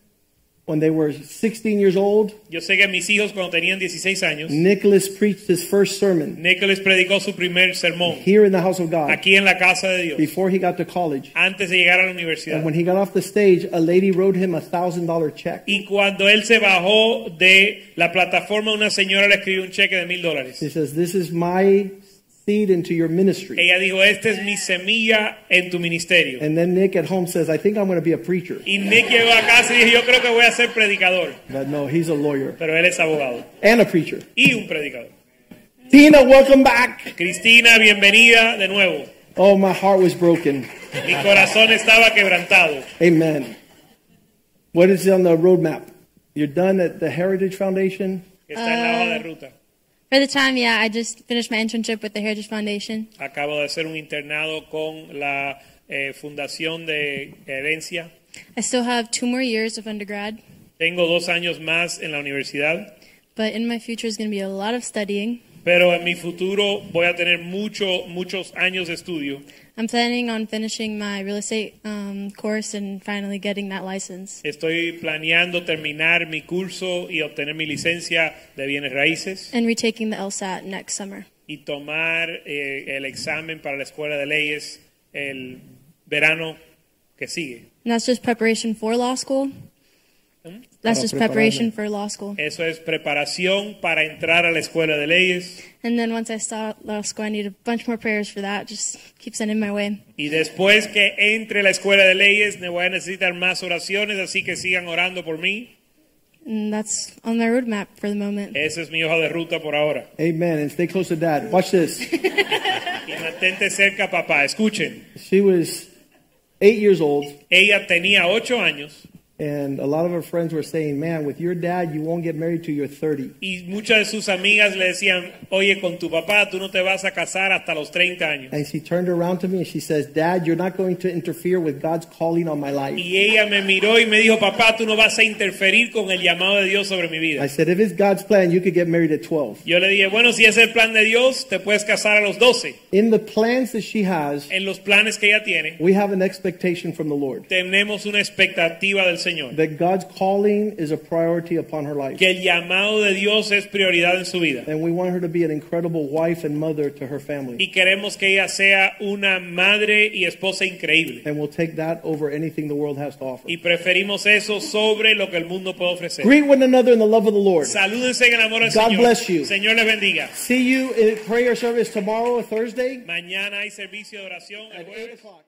when they were 16 years old, Yo sé que mis hijos cuando tenían 16 años, Mm. Nicholas preached his first sermon Nicholas predicó su primer sermón here in the house of God aquí en la casa de Dios, before he got to college. antes de llegar a la And universidad. when he got off the stage, a lady wrote him a thousand dollar check. Y cuando él se bajó de la plataforma, una señora le escribió un cheque de mil dólares. She says, This is my seed into your ministry. Ella dijo, esta es mi semilla en tu ministerio. And then Nick at home says, I think I'm going to be a preacher. Y Nick llegó a casa y dijo, yo creo que voy a ser predicador. But no, he's a lawyer Pero él es abogado and a preacher. y un predicador. Tina, welcome back. Cristina, bienvenida de nuevo. Oh, my heart was broken. Mi corazón estaba quebrantado. Amen. What is on the roadmap? You're done at the Heritage Foundation. Está en la hoja de ruta. For the time, yeah, I just finished my internship with the Heritage Foundation. Acabo de hacer un internado con la eh, Fundación de Herencia. I still have two more years of undergrad, Tengo dos años más en la universidad, but in my future is going to be a lot of studying. pero en mi futuro voy a tener mucho, muchos años de estudio. I'm planning on finishing my real estate um, course and finally getting that license. Estoy planeando terminar mi curso y obtener mi licencia de bienes raíces and retaking the LSAT next summer. y tomar eh, el examen para la Escuela de Leyes el verano que sigue. And that's just preparation for law school. That's just preparation for law school. Eso es preparación para entrar a la Escuela de Leyes. And then once I start law school, I need a bunch more prayers for that. Just keep sending my way. Y después que entre la escuela de leyes, me voy a necesitar más oraciones, así que sigan orando por mí. And that's on my roadmap for the moment. Esa es mi hoja de ruta por ahora. Amen. And stay close to dad. Watch this. Y mantente cerca, papá. Escuchen, She was eight years old, ella tenía ocho años and a lot of her friends were saying, Man, with your dad, you won't get married till you're 30. y muchas de sus amigas le decían, oye, con tu papá tú no te vas a casar hasta los 30 años. And she turned around to me and she says, Dad, you're not going to interfere with God's calling on my life. Y ella me miró y me dijo, papá, tú no vas a interferir con el llamado de Dios sobre mi I vida. said, If it's God's plan, you could get married at 12. Yo le dije, bueno, si es el plan de Dios, te puedes casar a los 12. In the plans that she has, En los planes que ella tiene, we have an expectation from the Lord tenemos una expectativa del Señor. that God's calling is a priority upon her life. que el llamado de Dios es prioridad en su vida And we want her to be an incredible wife and mother to her family. y queremos que ella sea una madre y esposa increíble And we'll take that over anything the world has to offer. y preferimos eso sobre lo que el mundo puede ofrecer. Greet one another in the love of the Lord. Salúdense en el amor del God Señor. bless you. Señor les bendiga. See you in prayer service tomorrow, Thursday Mañana hay servicio de oración. el at jueves. 8 o'clock.